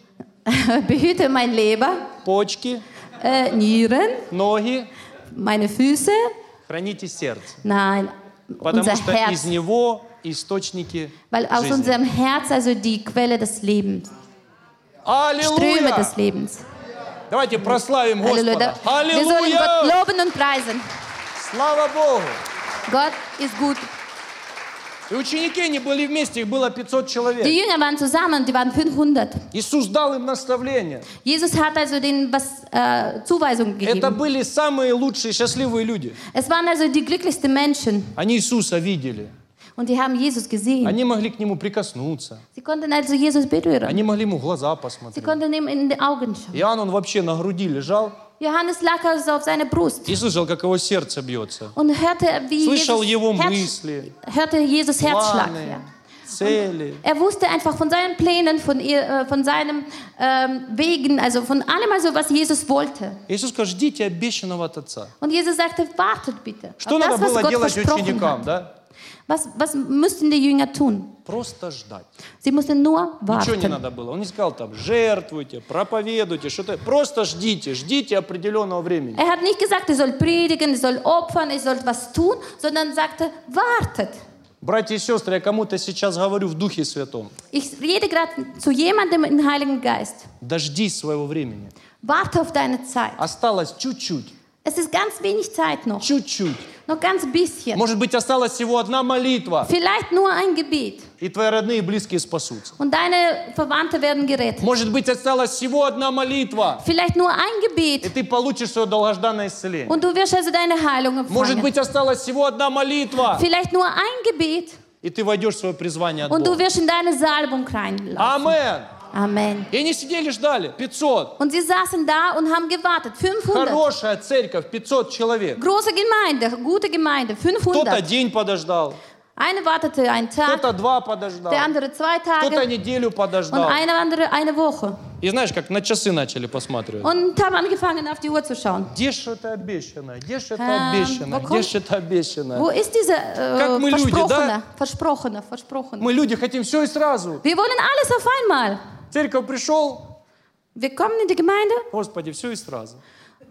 [SPEAKER 2] Behüte mein Leber,
[SPEAKER 1] почки,
[SPEAKER 2] äh, Nieren,
[SPEAKER 1] ноги,
[SPEAKER 2] meine Füße.
[SPEAKER 1] храните сердце.
[SPEAKER 2] Nein,
[SPEAKER 1] Потому
[SPEAKER 2] unser
[SPEAKER 1] что из
[SPEAKER 2] Herz,
[SPEAKER 1] него источники
[SPEAKER 2] weil aus
[SPEAKER 1] жизни.
[SPEAKER 2] unserem Herz also die Quelle des Lebens, Ströme
[SPEAKER 1] Аллилуйя!
[SPEAKER 2] des Lebens.
[SPEAKER 1] Давайте прославим Господа.
[SPEAKER 2] Wir sollen Gott
[SPEAKER 1] Аллилуйя!
[SPEAKER 2] loben und preisen.
[SPEAKER 1] Слава Богу!
[SPEAKER 2] Gott ist gut.
[SPEAKER 1] И ученики не были вместе, их было 500
[SPEAKER 2] Die
[SPEAKER 1] человек.
[SPEAKER 2] Jünger waren zusammen, die waren 500.
[SPEAKER 1] Иисус дал им наставление.
[SPEAKER 2] Jesus hat also denen was, äh, Zuweisungen
[SPEAKER 1] Это
[SPEAKER 2] gegeben.
[SPEAKER 1] были самые лучшие, счастливые люди.
[SPEAKER 2] Es waren also die glücklichsten Menschen
[SPEAKER 1] Они Иисуса видели.
[SPEAKER 2] und die haben Jesus gesehen.
[SPEAKER 1] Они могли к Нему прикоснуться.
[SPEAKER 2] Sie konnten also Jesus berühren.
[SPEAKER 1] Они могли Ему в глаза
[SPEAKER 2] Sie
[SPEAKER 1] посмотреть.
[SPEAKER 2] konnten ihm in die Augen schauen.
[SPEAKER 1] Иоанн, он вообще на груди лежал.
[SPEAKER 2] Johannes lag also auf seiner Brust
[SPEAKER 1] И слышал, как его сердце бьется.
[SPEAKER 2] und hörte, wie
[SPEAKER 1] Слышал
[SPEAKER 2] Jesus,
[SPEAKER 1] его
[SPEAKER 2] Herz,
[SPEAKER 1] мысли,
[SPEAKER 2] hörte Jesus Herzschlag.
[SPEAKER 1] планы,
[SPEAKER 2] Ja.
[SPEAKER 1] цели.
[SPEAKER 2] Er wusste einfach von seinen Plänen, von, ihr, äh, von seinen ähm, Wegen, also von allem, also, was Jesus wollte.
[SPEAKER 1] Иисус сказал, ждите обещанного от Отца.
[SPEAKER 2] Und Jesus sagte, wartet bitte.
[SPEAKER 1] Что
[SPEAKER 2] auf
[SPEAKER 1] надо
[SPEAKER 2] das, was
[SPEAKER 1] было
[SPEAKER 2] Gott
[SPEAKER 1] делать
[SPEAKER 2] versprochen
[SPEAKER 1] ученикам,
[SPEAKER 2] hat.
[SPEAKER 1] да?
[SPEAKER 2] Was, was müssten die Jünger tun?
[SPEAKER 1] Просто ждать.
[SPEAKER 2] Sie mussten nur
[SPEAKER 1] Ничего не
[SPEAKER 2] warten.
[SPEAKER 1] надо было. Он не сказал там, жертвуйте, проповедуйте, что-то. Просто ждите, ждите определенного времени.
[SPEAKER 2] Er hat nicht gesagt, ihr sollt predigen, ihr sollt opfern, ihr sollt was tun, sondern sagte, wartet.
[SPEAKER 1] Братья и сестры, я кому-то сейчас говорю в Духе Святом.
[SPEAKER 2] Ich rede gerade zu jemandem im Heiligen Geist.
[SPEAKER 1] Дождись своего времени.
[SPEAKER 2] Warte auf deine Zeit.
[SPEAKER 1] Осталось чуть-чуть,
[SPEAKER 2] Es ist ganz wenig Zeit noch.
[SPEAKER 1] чуть-чуть.
[SPEAKER 2] Noch ganz bisschen.
[SPEAKER 1] Может быть, осталась всего одна молитва,
[SPEAKER 2] Vielleicht nur ein Gebet.
[SPEAKER 1] и твои родные и близкие спасутся.
[SPEAKER 2] Und deine Verwandte werden gerettet.
[SPEAKER 1] Может быть, осталась всего одна молитва,
[SPEAKER 2] Vielleicht nur ein
[SPEAKER 1] и
[SPEAKER 2] Gebet.
[SPEAKER 1] ты получишь свое долгожданное исцеление.
[SPEAKER 2] Und du wirst also deine Heilung
[SPEAKER 1] Может
[SPEAKER 2] empfangen.
[SPEAKER 1] быть, осталась всего одна молитва,
[SPEAKER 2] Vielleicht nur ein Gebet.
[SPEAKER 1] и ты войдешь в свое призвание от
[SPEAKER 2] Und du
[SPEAKER 1] Бога.
[SPEAKER 2] wirst in deine Salbung reinlaufen.
[SPEAKER 1] Амен.
[SPEAKER 2] Amen.
[SPEAKER 1] И они сидели ждали. 500.
[SPEAKER 2] Und sie saßen da und haben gewartet. 500.
[SPEAKER 1] Хорошая церковь, 500 человек.
[SPEAKER 2] Große Gemeinde, gute Gemeinde,
[SPEAKER 1] Кто-то
[SPEAKER 2] 500.
[SPEAKER 1] день подождал,
[SPEAKER 2] Eine wartete einen Tag,
[SPEAKER 1] кто-то два подождал,
[SPEAKER 2] der andere zwei
[SPEAKER 1] кто-то
[SPEAKER 2] Tage
[SPEAKER 1] неделю
[SPEAKER 2] und
[SPEAKER 1] подождал.
[SPEAKER 2] eine andere eine Woche.
[SPEAKER 1] И знаешь, как на часы начали посматривать.
[SPEAKER 2] Und haben angefangen, auf die Uhr zu schauen.
[SPEAKER 1] Где ж это обещанное? Где ж это
[SPEAKER 2] Эм,
[SPEAKER 1] обещанное?
[SPEAKER 2] вокруг-
[SPEAKER 1] Где ж это обещанное?
[SPEAKER 2] Wo ist diese
[SPEAKER 1] Äh, Как мы
[SPEAKER 2] äh,
[SPEAKER 1] люди,
[SPEAKER 2] versprochene, versprochene, versprochene?
[SPEAKER 1] Мы люди хотим все и сразу.
[SPEAKER 2] Wir wollen alles auf einmal.
[SPEAKER 1] В Церковь пришел,
[SPEAKER 2] Wir kommen in die Gemeinde.
[SPEAKER 1] Господи, все и сразу.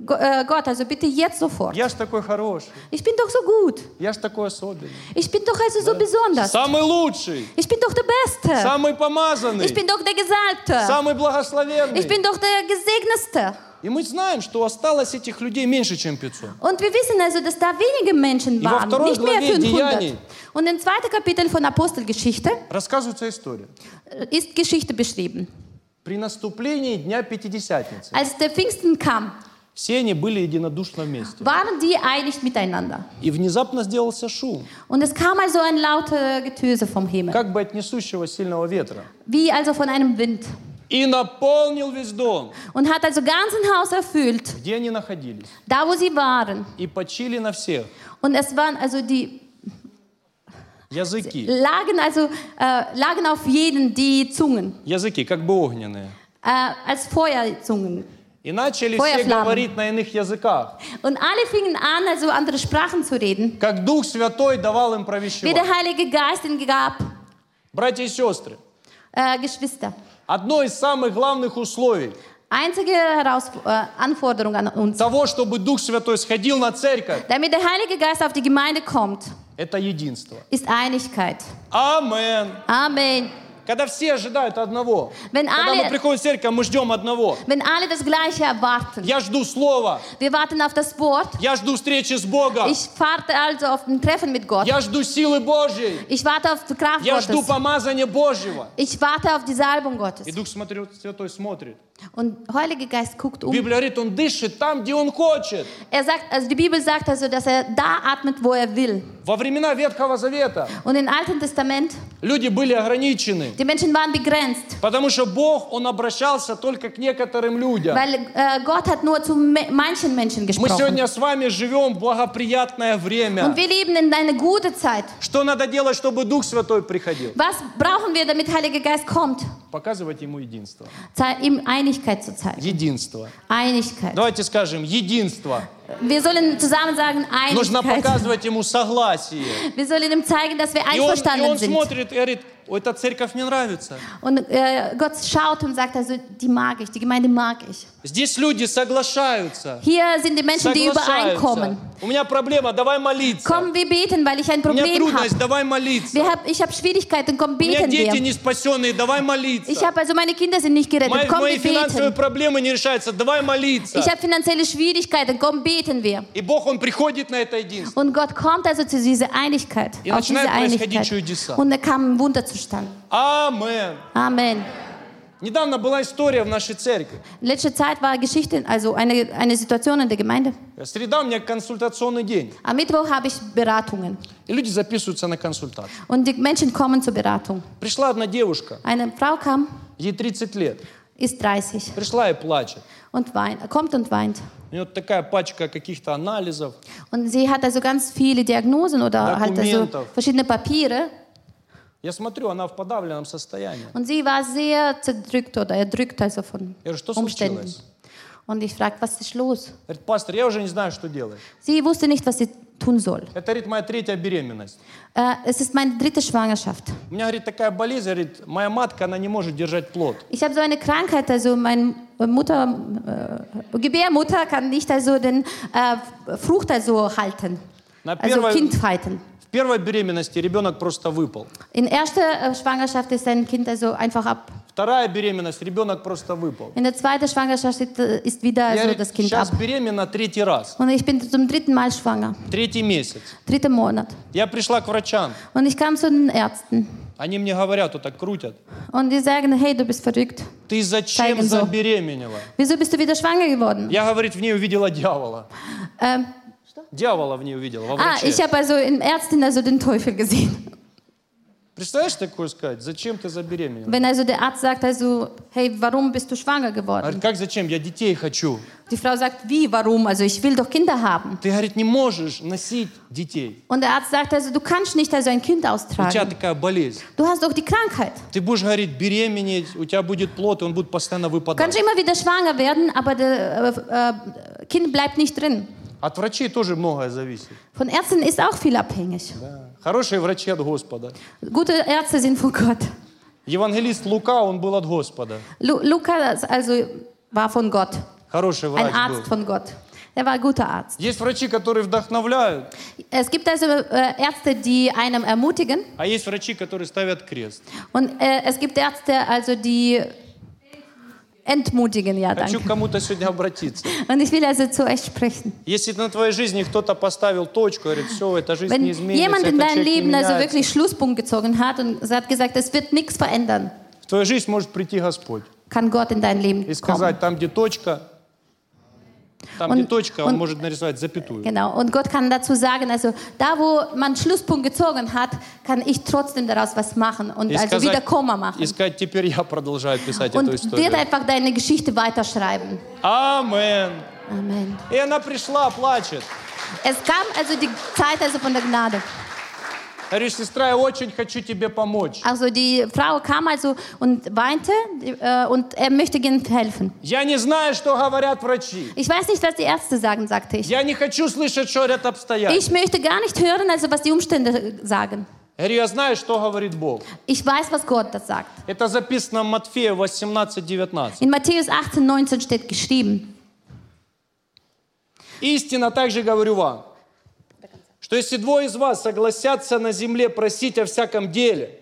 [SPEAKER 2] Go- äh, Gott, also bitte jetzt sofort.
[SPEAKER 1] Я ж такой хороший,
[SPEAKER 2] Ich bin doch so gut.
[SPEAKER 1] я ж такой особенный.
[SPEAKER 2] Ich bin doch also so besonders.
[SPEAKER 1] Самый лучший,
[SPEAKER 2] Ich bin doch der Beste.
[SPEAKER 1] самый
[SPEAKER 2] Ich
[SPEAKER 1] помазанный,
[SPEAKER 2] bin doch der Gesalbte.
[SPEAKER 1] самый
[SPEAKER 2] Ich
[SPEAKER 1] благословенный.
[SPEAKER 2] bin doch der Gesegneste.
[SPEAKER 1] И мы знаем, что осталось этих людей меньше, чем 500.
[SPEAKER 2] Und wir wissen also, dass da wenige Menschen
[SPEAKER 1] И во
[SPEAKER 2] waren,
[SPEAKER 1] второй
[SPEAKER 2] nicht mehr
[SPEAKER 1] главе
[SPEAKER 2] 500.
[SPEAKER 1] Деяний-
[SPEAKER 2] Und im zweiten Kapitel von Apostelgeschichte
[SPEAKER 1] Рассказывается история.
[SPEAKER 2] äh, ist Geschichte beschrieben.
[SPEAKER 1] При наступлении Дня Пятидесятницы
[SPEAKER 2] Als der Pfingsten kam,
[SPEAKER 1] все они были единодушно вместе.
[SPEAKER 2] waren die einig miteinander.
[SPEAKER 1] И внезапно сделался шум,
[SPEAKER 2] Und es kam also ein lauter Getöse vom Himmel,
[SPEAKER 1] как бы от несущего сильного ветра.
[SPEAKER 2] wie also von einem Wind,
[SPEAKER 1] И наполнил весь дом,
[SPEAKER 2] und hat also ganzen Haus erfüllt,
[SPEAKER 1] где они находились.
[SPEAKER 2] da wo sie waren.
[SPEAKER 1] И почили на всех
[SPEAKER 2] Und es waren also die
[SPEAKER 1] языки.
[SPEAKER 2] lagen also äh, lagen auf jeden die Zungen
[SPEAKER 1] Языки, как бы огненные.
[SPEAKER 2] äh, als Feuerzungen.
[SPEAKER 1] И начали
[SPEAKER 2] Твоя
[SPEAKER 1] все
[SPEAKER 2] флама.
[SPEAKER 1] говорить на иных языках,
[SPEAKER 2] Und alle fingen an, also andere Sprachen zu reden,
[SPEAKER 1] как Дух Святой давал им
[SPEAKER 2] wie
[SPEAKER 1] провещевать.
[SPEAKER 2] der Heilige Geist ihnen gab.
[SPEAKER 1] Братья и сестры,
[SPEAKER 2] Äh, Geschwister,
[SPEAKER 1] одно из самых главных условий
[SPEAKER 2] einzige Heraus äh, Anforderung an uns,
[SPEAKER 1] того, чтобы Дух Святой sходил на церковь,
[SPEAKER 2] damit der Heilige Geist auf die Gemeinde kommt,
[SPEAKER 1] это единство.
[SPEAKER 2] ist Einigkeit.
[SPEAKER 1] Амен.
[SPEAKER 2] Amen.
[SPEAKER 1] Когда все ожидают одного.
[SPEAKER 2] Wenn
[SPEAKER 1] Когда
[SPEAKER 2] alle-
[SPEAKER 1] мы приходим в церковь, а мы ждем одного.
[SPEAKER 2] Wenn alle das Gleiche erwarten,
[SPEAKER 1] Я жду слова.
[SPEAKER 2] wir warten auf das Wort,
[SPEAKER 1] Я жду встречи с Богом.
[SPEAKER 2] ich warte also auf ein Treffen mit Gott,
[SPEAKER 1] Я жду силы Божьей.
[SPEAKER 2] ich warte auf die Kraft
[SPEAKER 1] Я жду
[SPEAKER 2] Gottes,
[SPEAKER 1] помазания Божьего.
[SPEAKER 2] ich warte auf die Salbung
[SPEAKER 1] И
[SPEAKER 2] Gottes.
[SPEAKER 1] Дух смотрю- Святой смотрит.
[SPEAKER 2] Und Heiliger Geist guckt um.
[SPEAKER 1] Библия говорит, он дышит там, где он хочет.
[SPEAKER 2] Er sagt, also die Bibel sagt also, dass er da atmet, wo er will.
[SPEAKER 1] Во времена Ветхого Завета
[SPEAKER 2] Und im Alten Testament,
[SPEAKER 1] люди были ограничены.
[SPEAKER 2] die Menschen waren begrenzt,
[SPEAKER 1] Потому что Бог, Он обращался только к некоторым людям.
[SPEAKER 2] weil äh, Gott hat nur zu me manchen Menschen
[SPEAKER 1] Мы
[SPEAKER 2] gesprochen.
[SPEAKER 1] сегодня с вами живем в благоприятное
[SPEAKER 2] Und
[SPEAKER 1] время.
[SPEAKER 2] wir leben in einer guten Zeit.
[SPEAKER 1] Что надо делать, чтобы Дух Святой приходил?
[SPEAKER 2] Was brauchen wir, damit Heiliger Geist kommt?
[SPEAKER 1] Показывать Ему единство.
[SPEAKER 2] Zei- Ihm Einigkeit zu zeigen.
[SPEAKER 1] Единство.
[SPEAKER 2] Einigkeit.
[SPEAKER 1] Давайте скажем, единство.
[SPEAKER 2] Wir sollen zusammen sagen,
[SPEAKER 1] Нужно
[SPEAKER 2] Einigkeit.
[SPEAKER 1] показывать Ему согласие.
[SPEAKER 2] Wir sollen ihm zeigen, dass wir
[SPEAKER 1] И он, и
[SPEAKER 2] einverstanden
[SPEAKER 1] он
[SPEAKER 2] sind.
[SPEAKER 1] смотрит и говорит, «О, эта церковь мне нравится.
[SPEAKER 2] Und äh, Gott schaut und sagt, also die mag ich, die Gemeinde mag ich.
[SPEAKER 1] Здесь люди соглашаются.
[SPEAKER 2] Hier sind die Menschen, die
[SPEAKER 1] Соглашаются.
[SPEAKER 2] übereinkommen.
[SPEAKER 1] У меня проблема, давай молиться.
[SPEAKER 2] Komm, wir beten, weil ich ein
[SPEAKER 1] У меня
[SPEAKER 2] Problem
[SPEAKER 1] трудность,
[SPEAKER 2] habe.
[SPEAKER 1] давай молиться.
[SPEAKER 2] Wir hab, ich habe Schwierigkeiten, komm,
[SPEAKER 1] У меня
[SPEAKER 2] beten
[SPEAKER 1] дети
[SPEAKER 2] wir.
[SPEAKER 1] не спасенные, давай молиться.
[SPEAKER 2] Ich habe also meine Kinder sind nicht
[SPEAKER 1] Мои,
[SPEAKER 2] gerettet, komm,
[SPEAKER 1] мои
[SPEAKER 2] wir
[SPEAKER 1] финансовые
[SPEAKER 2] beten.
[SPEAKER 1] проблемы не решаются, давай молиться.
[SPEAKER 2] Ich habe finanzielle Schwierigkeiten, komm, beten wir.
[SPEAKER 1] И Бог, Он приходит на это единство.
[SPEAKER 2] Und Gott kommt also zu dieser Einigkeit,
[SPEAKER 1] И
[SPEAKER 2] auf diese
[SPEAKER 1] начинают происходить
[SPEAKER 2] Einigkeit.
[SPEAKER 1] чудеса.
[SPEAKER 2] Und da kam ein Wunder zustande.
[SPEAKER 1] Амен.
[SPEAKER 2] Amen.
[SPEAKER 1] Недавно была история в нашей церкви.
[SPEAKER 2] In letzter Zeit war Geschichte, also eine, eine Situation in der Gemeinde.
[SPEAKER 1] Среда у меня консультационный день.
[SPEAKER 2] Am Mittwoch habe ich Beratungen.
[SPEAKER 1] И люди записываются на консультацию.
[SPEAKER 2] Und die Menschen kommen zur Beratung.
[SPEAKER 1] Пришла одна девушка,
[SPEAKER 2] Eine Frau kam,
[SPEAKER 1] ей 30 лет.
[SPEAKER 2] ist 30
[SPEAKER 1] Пришла и плачет.
[SPEAKER 2] und weint, kommt und weint.
[SPEAKER 1] У нее такая пачка каких-то анализов.
[SPEAKER 2] Und sie hat also ganz viele Diagnosen oder halt also
[SPEAKER 1] Dokumente.
[SPEAKER 2] verschiedene Papiere.
[SPEAKER 1] Я смотрю, она в подавленном состоянии.
[SPEAKER 2] Und sie war sehr zerdrückt oder erdrückt also von
[SPEAKER 1] Ja, что
[SPEAKER 2] Umständen.
[SPEAKER 1] случилось?
[SPEAKER 2] Und ich fragte, was ist los?
[SPEAKER 1] Говорит, пастор, я уже не знаю, что делать.
[SPEAKER 2] Sie wusste nicht, was sie tun soll.
[SPEAKER 1] Это, говорит, моя третья беременность.
[SPEAKER 2] Äh, es ist meine dritte Schwangerschaft.
[SPEAKER 1] У меня, говорит, такая болезнь, говорит, моя матка, она не может держать плод.
[SPEAKER 2] Ich habe so eine Krankheit, also meine Mutter, äh, Gebärmutter kann nicht also den äh, Frucht also halten,
[SPEAKER 1] Na,
[SPEAKER 2] also
[SPEAKER 1] первое-
[SPEAKER 2] Kind halten.
[SPEAKER 1] В первой беременности ребенок просто выпал.
[SPEAKER 2] In erster äh, Schwangerschaft ist ein Kind also einfach ab.
[SPEAKER 1] Вторая беременность, ребенок просто выпал.
[SPEAKER 2] In der zweiten Schwangerschaft ist, äh, ist wieder
[SPEAKER 1] Я,
[SPEAKER 2] also
[SPEAKER 1] говорит,
[SPEAKER 2] das Kind ab.
[SPEAKER 1] сейчас беременна третий раз,
[SPEAKER 2] Und ich bin zum dritten Mal schwanger,
[SPEAKER 1] третий месяц.
[SPEAKER 2] dritter Monat.
[SPEAKER 1] Я пришла к врачам,
[SPEAKER 2] Und ich kam zu den Ärzten
[SPEAKER 1] они мне говорят, вот так крутят.
[SPEAKER 2] und die sagen, hey, du bist verrückt.
[SPEAKER 1] Ты зачем
[SPEAKER 2] Тайгензо.
[SPEAKER 1] забеременела?
[SPEAKER 2] Wieso bist du wieder schwanger geworden?
[SPEAKER 1] Я, говорит, в ней увидела дьявола.
[SPEAKER 2] Ähm,
[SPEAKER 1] Дьявола в ней увидела, во
[SPEAKER 2] ah, ich
[SPEAKER 1] враче.
[SPEAKER 2] habe also in Ärzten also den Teufel gesehen.
[SPEAKER 1] Представляешь такое сказать? Zачем ты забеременела?
[SPEAKER 2] Wenn also der Arzt sagt, also, hey, warum bist du schwanger
[SPEAKER 1] Она
[SPEAKER 2] geworden?
[SPEAKER 1] Говорит, как зачем? Я детей хочу.
[SPEAKER 2] Die Frau sagt, wie, warum? Also ich will doch Kinder haben.
[SPEAKER 1] Ты, говорит, не можешь носить детей.
[SPEAKER 2] Und der Arzt sagt, also du kannst nicht also ein
[SPEAKER 1] У
[SPEAKER 2] Kind
[SPEAKER 1] тебя
[SPEAKER 2] austragen.
[SPEAKER 1] такая болезнь.
[SPEAKER 2] Du hast doch die Krankheit.
[SPEAKER 1] Ты будешь, говорит, беременеть, у тебя будет плод, и он будет постоянно
[SPEAKER 2] Du
[SPEAKER 1] выпадать.
[SPEAKER 2] kannst immer wieder schwanger werden, aber das äh, äh, Kind bleibt nicht drin.
[SPEAKER 1] От врачей тоже многое зависит.
[SPEAKER 2] Von Ärzten ist auch viel abhängig.
[SPEAKER 1] Да. Хорошие врачи от Господа.
[SPEAKER 2] Gute Ärzte sind von Gott.
[SPEAKER 1] Евангелист Лука, он был от Господа.
[SPEAKER 2] Lu Lukas also war von Gott,
[SPEAKER 1] Хороший
[SPEAKER 2] ein
[SPEAKER 1] врач был.
[SPEAKER 2] Arzt von Gott. Er war ein guter Arzt.
[SPEAKER 1] Есть врачи, которые вдохновляют,
[SPEAKER 2] Es gibt also äh, Ärzte, die einem ermutigen
[SPEAKER 1] а есть врачи, которые ставят крест.
[SPEAKER 2] und äh, es gibt Ärzte, also die entmutigen, ja
[SPEAKER 1] Хочу к
[SPEAKER 2] danke.
[SPEAKER 1] кому-то сегодня обратиться.
[SPEAKER 2] Und ich will also zu euch sprechen.
[SPEAKER 1] Если на твоей жизни кто-то поставил точку, говорит, все, эта жизнь
[SPEAKER 2] Wenn
[SPEAKER 1] не
[SPEAKER 2] jemand
[SPEAKER 1] изменится,
[SPEAKER 2] in
[SPEAKER 1] этот
[SPEAKER 2] deinem
[SPEAKER 1] человек не
[SPEAKER 2] Leben also
[SPEAKER 1] меняется,
[SPEAKER 2] wirklich Schlusspunkt gezogen hat und hat gesagt, es wird nichts verändern,
[SPEAKER 1] в твою жизнь может прийти Господь
[SPEAKER 2] kann Gott in dein Leben
[SPEAKER 1] и
[SPEAKER 2] kommen.
[SPEAKER 1] сказать, там, где точка, там,
[SPEAKER 2] Он-
[SPEAKER 1] где точка, он
[SPEAKER 2] он-
[SPEAKER 1] может нарисовать запятую.
[SPEAKER 2] Genau. Und Gott kann dazu sagen, also da, wo man Schlusspunkt gezogen hat, kann ich trotzdem daraus was machen und
[SPEAKER 1] И
[SPEAKER 2] also wieder
[SPEAKER 1] сказать,
[SPEAKER 2] Komma
[SPEAKER 1] и
[SPEAKER 2] machen.
[SPEAKER 1] сказать, теперь я продолжаю писать эту
[SPEAKER 2] Und wird
[SPEAKER 1] историю.
[SPEAKER 2] einfach deine Geschichte weiterschreiben.
[SPEAKER 1] Амен.
[SPEAKER 2] Amen.
[SPEAKER 1] И она пришла, плачет.
[SPEAKER 2] Es kam also die Zeit also von der Gnade.
[SPEAKER 1] Говоришь, сестра, я очень хочу тебе помочь.
[SPEAKER 2] Also die Frau kam also und weinte die, äh, und er möchte gern helfen.
[SPEAKER 1] Я не знаю, что говорят врачи.
[SPEAKER 2] Ich weiß nicht, was die Ärzte sagen, sagte ich.
[SPEAKER 1] Я не хочу слышать, что говорят обстоятельства.
[SPEAKER 2] Ich möchte gar nicht hören, also was die Umstände sagen.
[SPEAKER 1] Я Говорю, я знаю, что говорит Бог.
[SPEAKER 2] Ich weiß, was Gott das sagt.
[SPEAKER 1] Это записано в Матфея 18:19.
[SPEAKER 2] In Matthäus 18, 19 steht geschrieben.
[SPEAKER 1] Истинно также говорю вам, что если двое из вас согласятся на земле просить о всяком деле,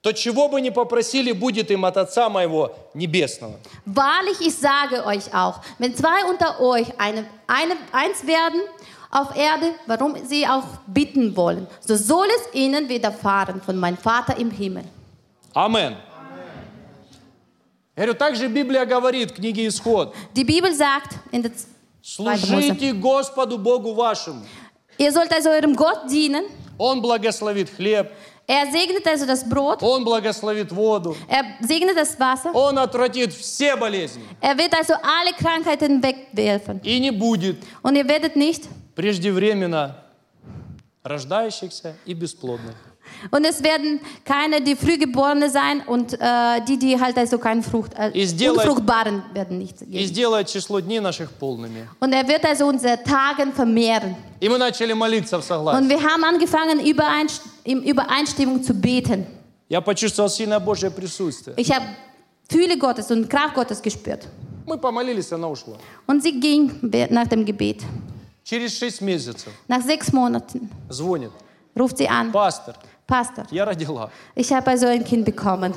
[SPEAKER 1] то чего бы ни попросили, будет им от Отца Моего Небесного.
[SPEAKER 2] Wahrlich, ich sage euch auch, wenn zwei unter euch eine, eine, eins werden auf Erde, warum sie auch bitten wollen, so soll es ihnen widerfahren von meinem Vater im Himmel.
[SPEAKER 1] Амен. Я говорю, также Библия говорит в книге Исход.
[SPEAKER 2] Die Bibel sagt, in der Z-
[SPEAKER 1] Служите Господу Богу вашему.
[SPEAKER 2] ihr sollt also eurem Gott dienen.
[SPEAKER 1] Он благословит хлеб,
[SPEAKER 2] Er segnet also das Brot,
[SPEAKER 1] Он благословит воду,
[SPEAKER 2] er segnet das Wasser,
[SPEAKER 1] Он отвратит все болезни.
[SPEAKER 2] er wird also alle Krankheiten wegwerfen.
[SPEAKER 1] И не будет
[SPEAKER 2] Und ihr werdet nicht,
[SPEAKER 1] преждевременно рождающихся и бесплодных.
[SPEAKER 2] und es werden keine, die frühgeborene sein und äh, die, die halt also keinen Frucht, äh,
[SPEAKER 1] Ist dir-
[SPEAKER 2] unfruchtbaren werden nicht
[SPEAKER 1] И
[SPEAKER 2] geben.
[SPEAKER 1] сделает число дней наших полными.
[SPEAKER 2] Und er wird also unsere Tagen vermehren.
[SPEAKER 1] И мы начали молиться в согласии.
[SPEAKER 2] Und wir haben angefangen, übereinst in Übereinstimmung zu beten.
[SPEAKER 1] Я почувствовал сильное Божье присутствие.
[SPEAKER 2] Ich habe Fühle Gottes und Kraft Gottes gespürt.
[SPEAKER 1] Мы помолились, она ушла.
[SPEAKER 2] Und sie ging be- nach dem Gebet.
[SPEAKER 1] Через шесть месяцев
[SPEAKER 2] Nach sechs Monaten
[SPEAKER 1] звонит.
[SPEAKER 2] ruft sie an,
[SPEAKER 1] Пастор,
[SPEAKER 2] Pastor,
[SPEAKER 1] я родила.
[SPEAKER 2] ich habe also ein Kind bekommen.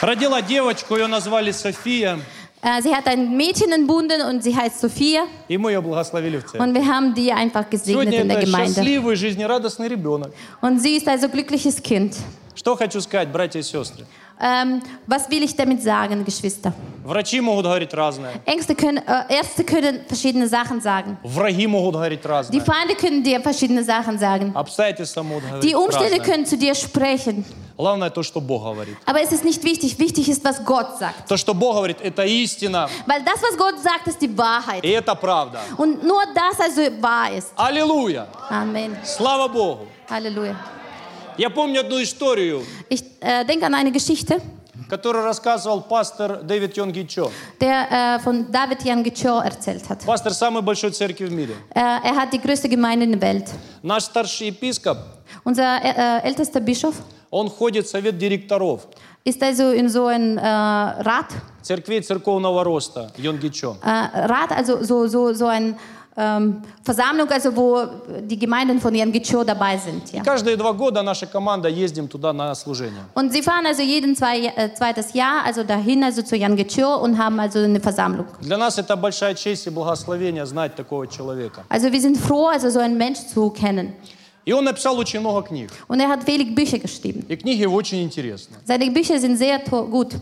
[SPEAKER 1] Родила девочку, ее назвали София.
[SPEAKER 2] Äh, Sie hat ein Mädchen entbunden und sie heißt Sophia.
[SPEAKER 1] И мы ее благословили в церкви.
[SPEAKER 2] Und wir haben die einfach gesegnet
[SPEAKER 1] Сегодня
[SPEAKER 2] in der
[SPEAKER 1] это
[SPEAKER 2] Gemeinde.
[SPEAKER 1] счастливый, жизнерадостный ребенок.
[SPEAKER 2] Und sie ist also glückliches Kind.
[SPEAKER 1] Что хочу сказать, братья и сестры.
[SPEAKER 2] Ähm, was will ich damit sagen, Geschwister?
[SPEAKER 1] Врачи могут говорить разное.
[SPEAKER 2] Ängste können, äh, Ärzte können verschiedene Sachen sagen.
[SPEAKER 1] Враги могут говорить
[SPEAKER 2] Die
[SPEAKER 1] разное.
[SPEAKER 2] Feinde können dir verschiedene Sachen sagen.
[SPEAKER 1] Обстоятельства могут
[SPEAKER 2] Die
[SPEAKER 1] говорить
[SPEAKER 2] Umstände
[SPEAKER 1] разное.
[SPEAKER 2] können zu dir sprechen.
[SPEAKER 1] Главное то, что Бог говорит.
[SPEAKER 2] Aber es ist nicht wichtig. Wichtig ist, was Gott sagt.
[SPEAKER 1] То, что Бог говорит, это истина.
[SPEAKER 2] Weil das, was Gott sagt, ist die
[SPEAKER 1] И
[SPEAKER 2] Wahrheit.
[SPEAKER 1] это правда.
[SPEAKER 2] Und nur das also wahr ist.
[SPEAKER 1] Аллилуйя!
[SPEAKER 2] Amen.
[SPEAKER 1] Слава Богу!
[SPEAKER 2] Halleluja.
[SPEAKER 1] Я помню одну историю,
[SPEAKER 2] Ich äh, denke an eine Geschichte,
[SPEAKER 1] которую рассказывал пастор Дэвид Йонги Чо.
[SPEAKER 2] der äh, von David Yangicho erzählt hat.
[SPEAKER 1] Пастор самой большой церкви в мире.
[SPEAKER 2] Äh, er hat die größte Gemeinde der Welt.
[SPEAKER 1] Наш старший епископ,
[SPEAKER 2] Unser äh, äh, ältester Bischof
[SPEAKER 1] он ходит в совет директоров
[SPEAKER 2] ist also in so einen äh, Rat,
[SPEAKER 1] церквей церковного роста Йонги Чо.
[SPEAKER 2] äh, Rat, also so, so, so eine ähm, Versammlung, also wo die Gemeinden von Yangicho dabei sind. Ja.
[SPEAKER 1] Каждые два года наша команда ездим туда на служение.
[SPEAKER 2] Und sie fahren also jeden zwei, äh, zweites Jahr also dahin, also zu Yangicho und haben also eine Versammlung.
[SPEAKER 1] Для нас это большая честь и благословение знать такого человека.
[SPEAKER 2] Also wir sind froh, also so einen Mensch zu kennen.
[SPEAKER 1] И он написал очень много книг.
[SPEAKER 2] Und er hat wenig Bücher geschrieben.
[SPEAKER 1] И книги его очень интересны.
[SPEAKER 2] Seine Bücher sind sehr to- gut.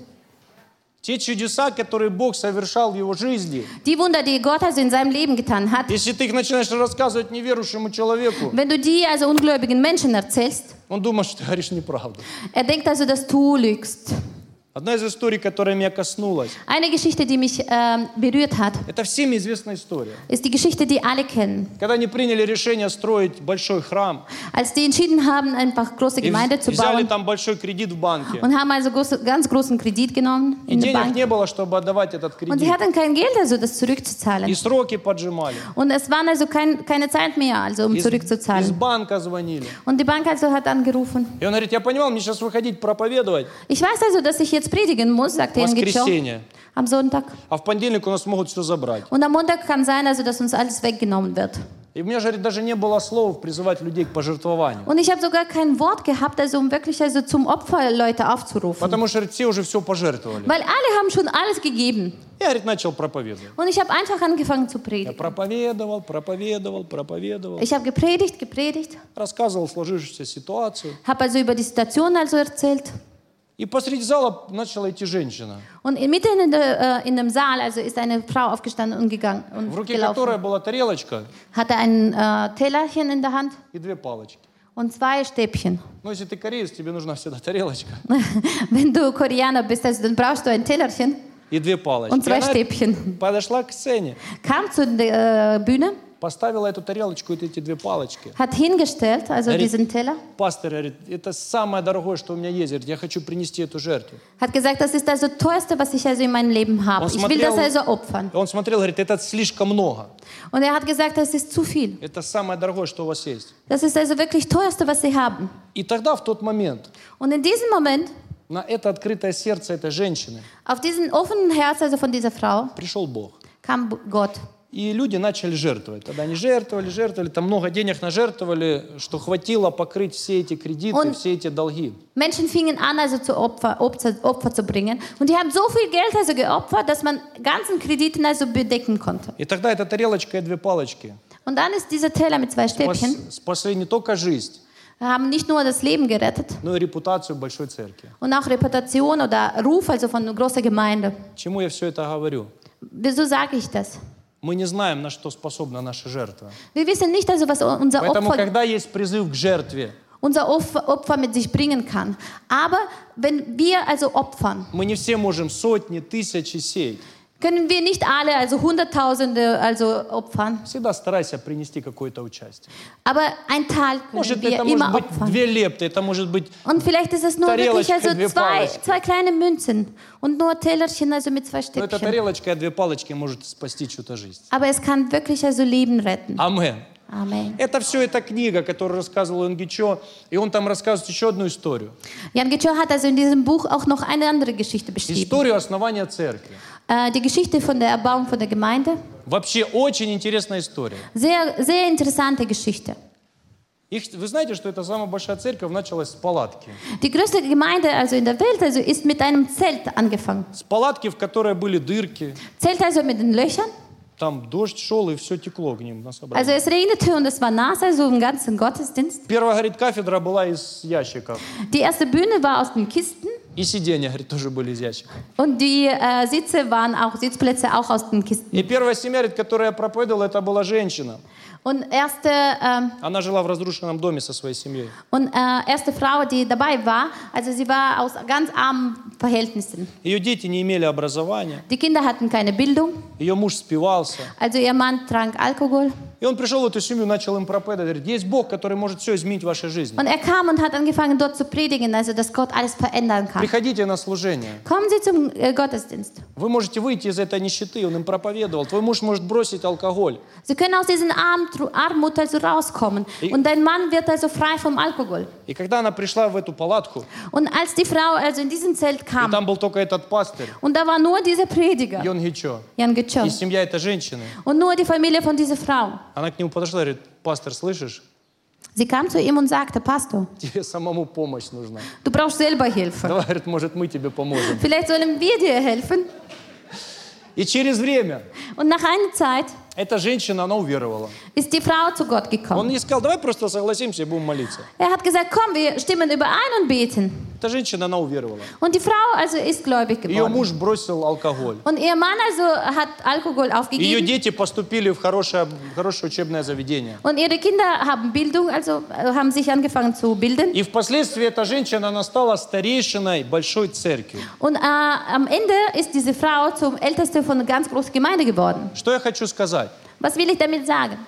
[SPEAKER 1] Те чудеса, которые Бог совершал в его жизни,
[SPEAKER 2] Die Wunder, die Gott also in seinem Leben getan hat,
[SPEAKER 1] если ты их начинаешь рассказывать неверующему человеку,
[SPEAKER 2] wenn du die also ungläubigen Menschen erzählst,
[SPEAKER 1] он думает, что ты говоришь неправду.
[SPEAKER 2] er denkt also, dass du lügst.
[SPEAKER 1] Одна из историй, которая меня коснулась,
[SPEAKER 2] Eine Geschichte, die mich ähm, berührt hat,
[SPEAKER 1] это всем известная история.
[SPEAKER 2] ist die Geschichte, die alle kennen.
[SPEAKER 1] Когда они приняли решение строить большой храм,
[SPEAKER 2] Als die entschieden haben, einfach große
[SPEAKER 1] и вз-
[SPEAKER 2] Gemeinde
[SPEAKER 1] и
[SPEAKER 2] zu
[SPEAKER 1] взяли
[SPEAKER 2] bauen
[SPEAKER 1] там большой кредит в банке,
[SPEAKER 2] und haben also große, ganz großen Kredit genommen
[SPEAKER 1] и
[SPEAKER 2] in der
[SPEAKER 1] денег
[SPEAKER 2] Bank.
[SPEAKER 1] не было, чтобы отдавать этот
[SPEAKER 2] Und sie
[SPEAKER 1] кредит,
[SPEAKER 2] hatten kein Geld, also das
[SPEAKER 1] и
[SPEAKER 2] zurückzuzahlen.
[SPEAKER 1] сроки поджимали,
[SPEAKER 2] Und es waren also kein, keine Zeit mehr, also um
[SPEAKER 1] из, из
[SPEAKER 2] zurückzuzahlen.
[SPEAKER 1] банка звонили.
[SPEAKER 2] Und die Bank also hat angerufen.
[SPEAKER 1] И он говорит, я понимал, мне сейчас выходить проповедовать
[SPEAKER 2] Ich weiß also, dass ich jetzt predigen muss,
[SPEAKER 1] в
[SPEAKER 2] sagte Yangicho
[SPEAKER 1] воскресенье,
[SPEAKER 2] am Sonntag.
[SPEAKER 1] а в понедельник у нас могут все забрать.
[SPEAKER 2] Und am Montag kann sein, also, dass uns alles weggenommen wird.
[SPEAKER 1] И у меня же, говорит, даже не было слов призывать людей к пожертвованию.
[SPEAKER 2] Und ich habe sogar kein Wort gehabt, also, um wirklich also zum Opfer Leute aufzurufen.
[SPEAKER 1] Потому что говорит, все уже все пожертвовали.
[SPEAKER 2] Weil alle haben schon alles gegeben.
[SPEAKER 1] Я, говорит, начал проповедовать.
[SPEAKER 2] Und ich habe einfach angefangen zu
[SPEAKER 1] Я
[SPEAKER 2] predigen.
[SPEAKER 1] проповедовал, проповедовал, проповедовал.
[SPEAKER 2] Ich habe gepredigt, gepredigt,
[SPEAKER 1] Рассказывал сложившуюся ситуацию.
[SPEAKER 2] habe also über die Situation also erzählt.
[SPEAKER 1] И посреди зала начала идти женщina,
[SPEAKER 2] Und mitten in, der, äh, in dem Saal also ist eine Frau aufgestanden und gegangen
[SPEAKER 1] в
[SPEAKER 2] und
[SPEAKER 1] руке
[SPEAKER 2] gelaufen.
[SPEAKER 1] которой была тарелочка
[SPEAKER 2] Hatte ein äh, Tellerchen in der Hand
[SPEAKER 1] и две палочки.
[SPEAKER 2] und zwei Stäbchen. [LAUGHS]
[SPEAKER 1] Ну, если ты кореец, тебе нужна всегда тарелочка
[SPEAKER 2] Wenn du Koreaner bist, also, dann brauchst du ein Tellerchen
[SPEAKER 1] и две палочки. И
[SPEAKER 2] und zwei
[SPEAKER 1] она
[SPEAKER 2] Stäbchen.
[SPEAKER 1] подошла к сцене,
[SPEAKER 2] kam zu der äh, Bühne,
[SPEAKER 1] поставила эту тарелочку и эти две палочки.
[SPEAKER 2] hat hingestellt, also
[SPEAKER 1] Erik.
[SPEAKER 2] diesen Teller,
[SPEAKER 1] Пастор говорит, это самое дорогое, что у меня есть. Говорит, я хочу принести эту жертву.
[SPEAKER 2] hat gesagt, das ist also das teuerste, was ich also in meinem Leben habe.
[SPEAKER 1] Was
[SPEAKER 2] Ich will das
[SPEAKER 1] Material-
[SPEAKER 2] also opfern.
[SPEAKER 1] Он смотрел, говорит, это слишком много.
[SPEAKER 2] Und er hat gesagt, das ist zu viel.
[SPEAKER 1] Это самое дорогое, что у вас есть.
[SPEAKER 2] Das ist also wirklich teuerste, was sie haben.
[SPEAKER 1] И тогда, в тот момент,
[SPEAKER 2] Und in diesem Moment,
[SPEAKER 1] на это открытое сердце этой женщины
[SPEAKER 2] auf diesen offenen Herz also von dieser Frau,
[SPEAKER 1] пришел Бог.
[SPEAKER 2] kam B- Gott.
[SPEAKER 1] И люди начали жертвовать. Тогда они жертвовали, жертвовали, там много денег нажертвовали, что хватило покрыть все эти кредиты,
[SPEAKER 2] Он-
[SPEAKER 1] все эти долги.
[SPEAKER 2] Menschen fingen an, also zu Opfer, Opfer, Opfer zu bringen. Und die haben so viel Geld also geopfert, dass man ganzen Krediten also bedecken konnte.
[SPEAKER 1] И тогда эта тарелочка и две палочки
[SPEAKER 2] Und dann ist dieser Teller mit zwei
[SPEAKER 1] спас-
[SPEAKER 2] Stäbchen,
[SPEAKER 1] спасли не только жизнь,
[SPEAKER 2] haben nicht nur das Leben gerettet
[SPEAKER 1] но и репутацию большой церкви.
[SPEAKER 2] und auch Reputation oder Ruf also von großer Gemeinde.
[SPEAKER 1] Чему я все это говорю?
[SPEAKER 2] Wieso sage ich das?
[SPEAKER 1] Мы не знаем, на что способна наша жертва.
[SPEAKER 2] Wir wissen nicht also, was unser
[SPEAKER 1] Поэтому,
[SPEAKER 2] Opfer
[SPEAKER 1] когда есть призыв к жертве,
[SPEAKER 2] unser Opfer, Opfer mit sich bringen kann. Aber wenn wir also opfern,
[SPEAKER 1] мы не все можем sотни, тысячи сеять.
[SPEAKER 2] können wir nicht alle, also Hunderttausende, also opfern.
[SPEAKER 1] Всегда старайся принести какое-то участие.
[SPEAKER 2] Aber ein Teil können
[SPEAKER 1] Может,
[SPEAKER 2] wir
[SPEAKER 1] это может
[SPEAKER 2] immer
[SPEAKER 1] быть
[SPEAKER 2] opfern.
[SPEAKER 1] две лепты, это может быть...
[SPEAKER 2] Und vielleicht ist es nur wirklich
[SPEAKER 1] Тарелочка,
[SPEAKER 2] also
[SPEAKER 1] две
[SPEAKER 2] zwei,
[SPEAKER 1] палочки.
[SPEAKER 2] zwei kleine Münzen und nur Tellerchen, also mit zwei
[SPEAKER 1] Но эта
[SPEAKER 2] Stäbchen.
[SPEAKER 1] тарелочка и две палочки может спасти чью-то жизнь.
[SPEAKER 2] Aber es kann wirklich also Leben retten.
[SPEAKER 1] Амен.
[SPEAKER 2] Amen.
[SPEAKER 1] Это все эта книга, которую рассказывал Ингичо, и он там рассказывает еще одну историю.
[SPEAKER 2] Jan Gitschor hat also in diesem Buch auch noch eine andere Geschichte beschrieben.
[SPEAKER 1] Историю основания церкви.
[SPEAKER 2] Äh, die Geschichte von der Erbauung von der Gemeinde.
[SPEAKER 1] Вообще очень интересная история.
[SPEAKER 2] Sehr, sehr interessante Geschichte.
[SPEAKER 1] Их, вы знаете, что эта самая большая церковь началась с палатки.
[SPEAKER 2] Die größte Gemeinde also in der Welt also ist mit einem Zelt angefangen.
[SPEAKER 1] С палатки, в которой были дырки,
[SPEAKER 2] Zelt also mit den Löchern.
[SPEAKER 1] там дождь шел, и все текло к ним на собрание.
[SPEAKER 2] Also es regnete und es war nass, also im ganzen Gottesdienst.
[SPEAKER 1] Первая, говорит, кафедра была из ящиков.
[SPEAKER 2] Die erste Bühne war aus den Kisten
[SPEAKER 1] И сиденья, говорит, тоже были из ящиков.
[SPEAKER 2] und die äh, Sitze waren auch, Sitzplätze auch aus den Kisten.
[SPEAKER 1] И первая семья, говорит, которая проповедовала, это была женщина.
[SPEAKER 2] Und erste, ähm,
[SPEAKER 1] Она жила в разрушенном доме со своей семьей.
[SPEAKER 2] und, äh, erste Frau, die dabei war, also sie war aus ganz armen Verhältnissen.
[SPEAKER 1] Ее дети не имели образования,
[SPEAKER 2] Die Kinder hatten keine Bildung,
[SPEAKER 1] ее муж спивался.
[SPEAKER 2] also ihr Mann trank Alkohol.
[SPEAKER 1] И он пришел в эту семью, начал им проповедовать, говорит, есть Бог, который может все изменить в вашей жизни.
[SPEAKER 2] Und er kam und hat angefangen dort zu predigen, also dass Gott alles verändern kann.
[SPEAKER 1] Приходите на служение.
[SPEAKER 2] Kommen Sie zum äh, Gottesdienst.
[SPEAKER 1] Вы можете выйти из этой нищеты, он им проповедовал. Твой муж может бросить алкоголь.
[SPEAKER 2] Sie können aus diesen Arm, Armut also rauskommen.
[SPEAKER 1] Ich-
[SPEAKER 2] Und dein Mann wird also frei vom Alkohol.
[SPEAKER 1] И когда она пришла в эту палатку,
[SPEAKER 2] Und als die Frau also in diesem Zelt
[SPEAKER 1] и
[SPEAKER 2] kam,
[SPEAKER 1] там был только этот пастырь,
[SPEAKER 2] und da war nur dieser Prediger,
[SPEAKER 1] Йон Гичо,
[SPEAKER 2] Jan
[SPEAKER 1] и
[SPEAKER 2] Gitschö,
[SPEAKER 1] семья этой женщины,
[SPEAKER 2] und nur die Familie von dieser Frau.
[SPEAKER 1] она к нему подошла и говорит, пастор, слышишь,
[SPEAKER 2] Sie kam zu ihm und sagte, Pastor,
[SPEAKER 1] тебе самому помощь нужна.
[SPEAKER 2] du brauchst selber Hilfe.
[SPEAKER 1] Давай, говорит, может, мы тебе поможем.
[SPEAKER 2] Vielleicht sollen wir dir helfen.
[SPEAKER 1] И через время
[SPEAKER 2] Und nach einer Zeit
[SPEAKER 1] эта женщина, она уверовала.
[SPEAKER 2] ist die Frau zu Gott
[SPEAKER 1] Он
[SPEAKER 2] gekommen.
[SPEAKER 1] не сказал, давай просто согласимся и будем молиться.
[SPEAKER 2] Er hat gesagt, komm, wir stimmen überein und beten.
[SPEAKER 1] Эта женщина, она уверовала.
[SPEAKER 2] Und die Frau also ist gläubig
[SPEAKER 1] Ее
[SPEAKER 2] geworden.
[SPEAKER 1] муж бросил алкоголь.
[SPEAKER 2] Und ihr Mann also hat Alkohol
[SPEAKER 1] Ее
[SPEAKER 2] aufgegeben.
[SPEAKER 1] дети поступили в хорошее, в хорошее учебное заведение.
[SPEAKER 2] Und ihre Kinder haben Bildung, also äh, haben sich angefangen zu bilden.
[SPEAKER 1] И впоследствии эта женщина, она стала старейшиной большой церкви.
[SPEAKER 2] Und äh, am Ende ist diese Frau zum Ältesten von einer ganz großen Gemeinde geworden.
[SPEAKER 1] Что я хочу сказать?
[SPEAKER 2] Was will ich damit sagen?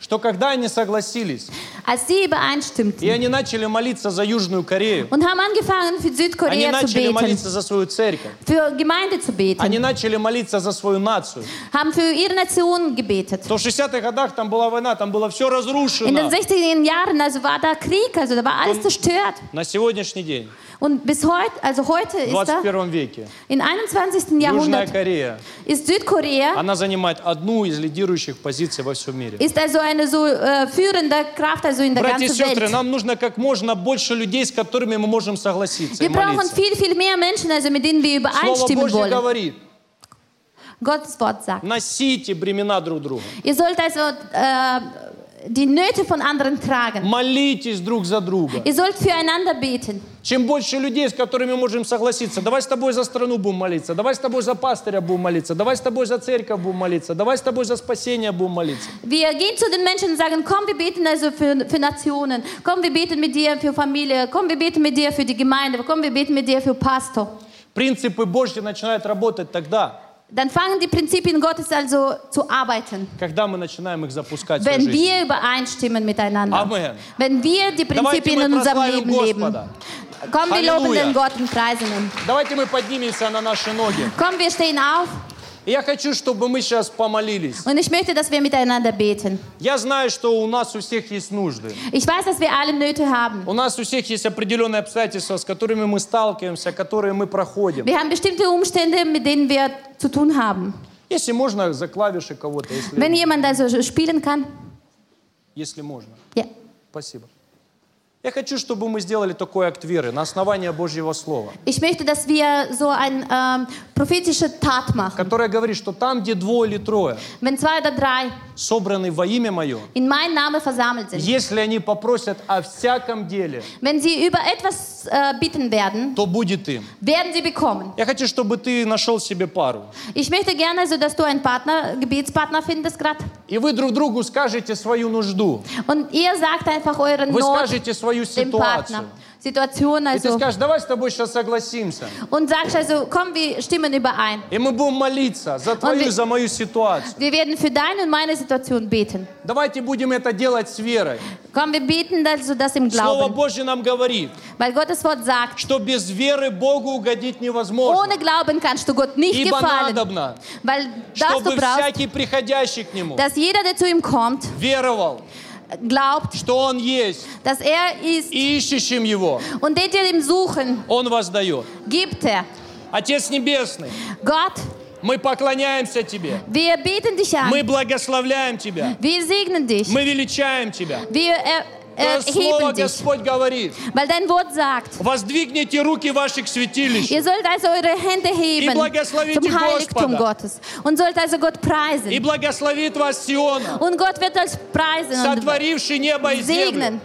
[SPEAKER 1] Что когда они согласились,
[SPEAKER 2] Als sie
[SPEAKER 1] и
[SPEAKER 2] übereinstimmten
[SPEAKER 1] они начали молиться за Южную Корею,
[SPEAKER 2] und haben angefangen, für
[SPEAKER 1] они
[SPEAKER 2] Südkorea zu
[SPEAKER 1] начали
[SPEAKER 2] beten,
[SPEAKER 1] молиться за свою церковь,
[SPEAKER 2] für Gemeinde zu beten,
[SPEAKER 1] они начали молиться за свою нацию,
[SPEAKER 2] haben für ihre Nation gebetet.
[SPEAKER 1] то в 60-х годах там была война, там было все
[SPEAKER 2] In den
[SPEAKER 1] разрушено.
[SPEAKER 2] 60er Jahren also war da Krieg, also da war alles zerstört.
[SPEAKER 1] На сегодняшний день,
[SPEAKER 2] Und bis heute, also heute
[SPEAKER 1] в
[SPEAKER 2] ist da,
[SPEAKER 1] 21 веке,
[SPEAKER 2] im 21.
[SPEAKER 1] Южная
[SPEAKER 2] Jahrhundert,
[SPEAKER 1] Корея,
[SPEAKER 2] ist Südkorea
[SPEAKER 1] она занимает одну из лидирующих позиций во всем мире.
[SPEAKER 2] ist also eine so äh, führende Kraft also in der
[SPEAKER 1] Братья и
[SPEAKER 2] ganzen
[SPEAKER 1] сестры,
[SPEAKER 2] Welt.
[SPEAKER 1] нам нужно как можно больше людей, с которыми мы можем согласиться и
[SPEAKER 2] Wir brauchen
[SPEAKER 1] молиться.
[SPEAKER 2] viel, viel mehr Menschen, also mit denen wir
[SPEAKER 1] Слово
[SPEAKER 2] übereinstimmen
[SPEAKER 1] Божье
[SPEAKER 2] wollen.
[SPEAKER 1] говорит,
[SPEAKER 2] Gottes Wort sagt,
[SPEAKER 1] носите бремена друг друга,
[SPEAKER 2] ihr sollt also äh, die Nöte von anderen tragen.
[SPEAKER 1] молитесь друг за друга.
[SPEAKER 2] Ihr sollt füreinander beten.
[SPEAKER 1] Чем больше людей, с которыми мы можем согласиться, давай с тобой за страну будем молиться, давай с тобой за пастыря будем молиться, давай с тобой за церковь будем молиться, давай с тобой за спасение будем молиться.
[SPEAKER 2] Wir gehen zu den Menschen und sagen, komm, wir beten also für, für Nationen. Komm, wir beten mit dir für Familie. Komm, wir beten mit dir für die Gemeinde. Komm, wir beten mit dir für Pastor.
[SPEAKER 1] Принципы Божьи начинают работать тогda,
[SPEAKER 2] Dann fangen die Prinzipien Gottes also zu arbeiten,
[SPEAKER 1] когда мы начинаем их запускать в свою
[SPEAKER 2] wenn
[SPEAKER 1] жизнь.
[SPEAKER 2] wir übereinstimmen miteinander.
[SPEAKER 1] Amen.
[SPEAKER 2] Wenn wir die Prinzipien
[SPEAKER 1] wir
[SPEAKER 2] in unserem
[SPEAKER 1] preisen
[SPEAKER 2] Leben
[SPEAKER 1] Господа.
[SPEAKER 2] leben. Komm, wir
[SPEAKER 1] Halleluja.
[SPEAKER 2] loben den Gott und preisen ihn.
[SPEAKER 1] Давайте мы поднимемся на наши ноги.
[SPEAKER 2] Komm, wir stehen auf
[SPEAKER 1] И я хочу, чтобы мы сейчас помолились.
[SPEAKER 2] und ich möchte, dass wir miteinander beten.
[SPEAKER 1] Я знаю, что у нас у всех есть нужды.
[SPEAKER 2] Ich weiß, dass wir alle Nöte haben.
[SPEAKER 1] У нас у всех есть определенные обстоятельства, с которыми мы сталкиваемся, которые мы проходим.
[SPEAKER 2] Wir haben bestimmte Umstände, mit denen wir zu tun haben.
[SPEAKER 1] И Если можно, за клавиши кого-то, если,
[SPEAKER 2] Wenn jemand also spielen kann,
[SPEAKER 1] если можно.
[SPEAKER 2] ja.
[SPEAKER 1] Спасибо. Я хочу, чтобы мы сделали такой акт веры на основании Божьего Слова,
[SPEAKER 2] Ich möchte, dass wir so eine ähm, prophetische Tat machen.
[SPEAKER 1] которое говорит, что там, где двое или трое
[SPEAKER 2] Wenn zwei oder drei
[SPEAKER 1] собраны во имя Мое,
[SPEAKER 2] in meinem Namen versammelt sind,
[SPEAKER 1] если они попросят о всяком деле,
[SPEAKER 2] wenn sie über etwas äh, bitten werden,
[SPEAKER 1] то будет им.
[SPEAKER 2] werden sie bekommen.
[SPEAKER 1] Я хочу, чтобы ты нашел себе пару.
[SPEAKER 2] Ich möchte gerne, also, dass du einen Partner, Gebetspartner findest gerade.
[SPEAKER 1] И вы друг другу скажете свою нужду.
[SPEAKER 2] Und ihr sagt einfach eure
[SPEAKER 1] Вы
[SPEAKER 2] Not
[SPEAKER 1] скажете свою
[SPEAKER 2] dem Partner.
[SPEAKER 1] ситуацию.
[SPEAKER 2] Situation
[SPEAKER 1] И ты
[SPEAKER 2] also.
[SPEAKER 1] скажешь, давай с тобой сейчас согласимся.
[SPEAKER 2] Und sagst also, komm, wir stimmen überein.
[SPEAKER 1] И мы будем молиться за твою и
[SPEAKER 2] ты-
[SPEAKER 1] за мою ситуацию.
[SPEAKER 2] Wir werden für deine und meine Situation beten.
[SPEAKER 1] Давайте будем это делать с верой.
[SPEAKER 2] Komm, wir beten also das im
[SPEAKER 1] Слово
[SPEAKER 2] Glauben.
[SPEAKER 1] Божье нам говорит,
[SPEAKER 2] Weil Gottes Wort sagt,
[SPEAKER 1] что без веры Богу угодить невозможно.
[SPEAKER 2] ohne Glauben kannst du Gott nicht
[SPEAKER 1] Ибо
[SPEAKER 2] gefallen.
[SPEAKER 1] надобно,
[SPEAKER 2] Weil das
[SPEAKER 1] чтобы
[SPEAKER 2] du brauchst,
[SPEAKER 1] всякий приходящий к Нему
[SPEAKER 2] dass jeder, der zu ihm kommt,
[SPEAKER 1] веровал,
[SPEAKER 2] glaubt,
[SPEAKER 1] что Он есть,
[SPEAKER 2] dass er ist.
[SPEAKER 1] и ищущим Его
[SPEAKER 2] Und den, die ihm suchen,
[SPEAKER 1] Он воздает.
[SPEAKER 2] gibt er.
[SPEAKER 1] Отец Небесный,
[SPEAKER 2] Gott,
[SPEAKER 1] мы поклоняемся Тебе.
[SPEAKER 2] wir beten dich an.
[SPEAKER 1] Мы благословляем Тебя.
[SPEAKER 2] Wir segnen dich.
[SPEAKER 1] Мы величаем Тебя.
[SPEAKER 2] Wir er
[SPEAKER 1] Твое Слово,
[SPEAKER 2] erheben dich.
[SPEAKER 1] Господь, говорит,
[SPEAKER 2] Weil dein Wort sagt,
[SPEAKER 1] воздвигните руки ваши к святилищу
[SPEAKER 2] Ihr sollt also eure Hände
[SPEAKER 1] И
[SPEAKER 2] heben
[SPEAKER 1] благословите
[SPEAKER 2] zum Heiligtum
[SPEAKER 1] Господа.
[SPEAKER 2] Gottes und sollt also Gott preisen.
[SPEAKER 1] и благословит вас Сиона,
[SPEAKER 2] und Gott wird euch preisen
[SPEAKER 1] сотворивший небо и
[SPEAKER 2] und
[SPEAKER 1] землю.
[SPEAKER 2] segnen.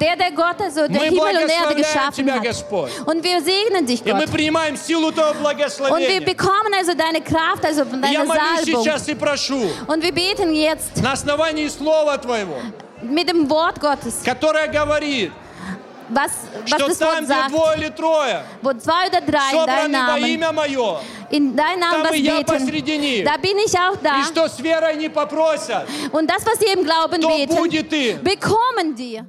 [SPEAKER 2] Der, der Gott, also der
[SPEAKER 1] Мы
[SPEAKER 2] Himmel und Erde
[SPEAKER 1] благословляем
[SPEAKER 2] geschaffen
[SPEAKER 1] Тебя,
[SPEAKER 2] hat.
[SPEAKER 1] Господь.
[SPEAKER 2] Und wir segnen dich,
[SPEAKER 1] И мы
[SPEAKER 2] Gott.
[SPEAKER 1] принимаем силу Твоего
[SPEAKER 2] Und wir
[SPEAKER 1] благословения.
[SPEAKER 2] bekommen also deine Kraft, also von
[SPEAKER 1] И Я
[SPEAKER 2] deiner
[SPEAKER 1] молюсь
[SPEAKER 2] Salbung.
[SPEAKER 1] сейчас и прошу,
[SPEAKER 2] Und wir beten jetzt
[SPEAKER 1] на основании Слова Твоего,
[SPEAKER 2] mit dem Wort Gottes,
[SPEAKER 1] которое говорит,
[SPEAKER 2] was,
[SPEAKER 1] что
[SPEAKER 2] was das
[SPEAKER 1] там,
[SPEAKER 2] Wort
[SPEAKER 1] где
[SPEAKER 2] sagt,
[SPEAKER 1] двое или трое
[SPEAKER 2] wo zwei oder drei in deinem
[SPEAKER 1] собраны во
[SPEAKER 2] Namen,
[SPEAKER 1] имя Мое,
[SPEAKER 2] in deinem Namen
[SPEAKER 1] там
[SPEAKER 2] was
[SPEAKER 1] и я
[SPEAKER 2] beten,
[SPEAKER 1] посреди них,
[SPEAKER 2] da bin ich auch da.
[SPEAKER 1] и что с верой не попросят,
[SPEAKER 2] Und das, was sie im Glauben
[SPEAKER 1] то
[SPEAKER 2] beten,
[SPEAKER 1] будет им.
[SPEAKER 2] bekommen die.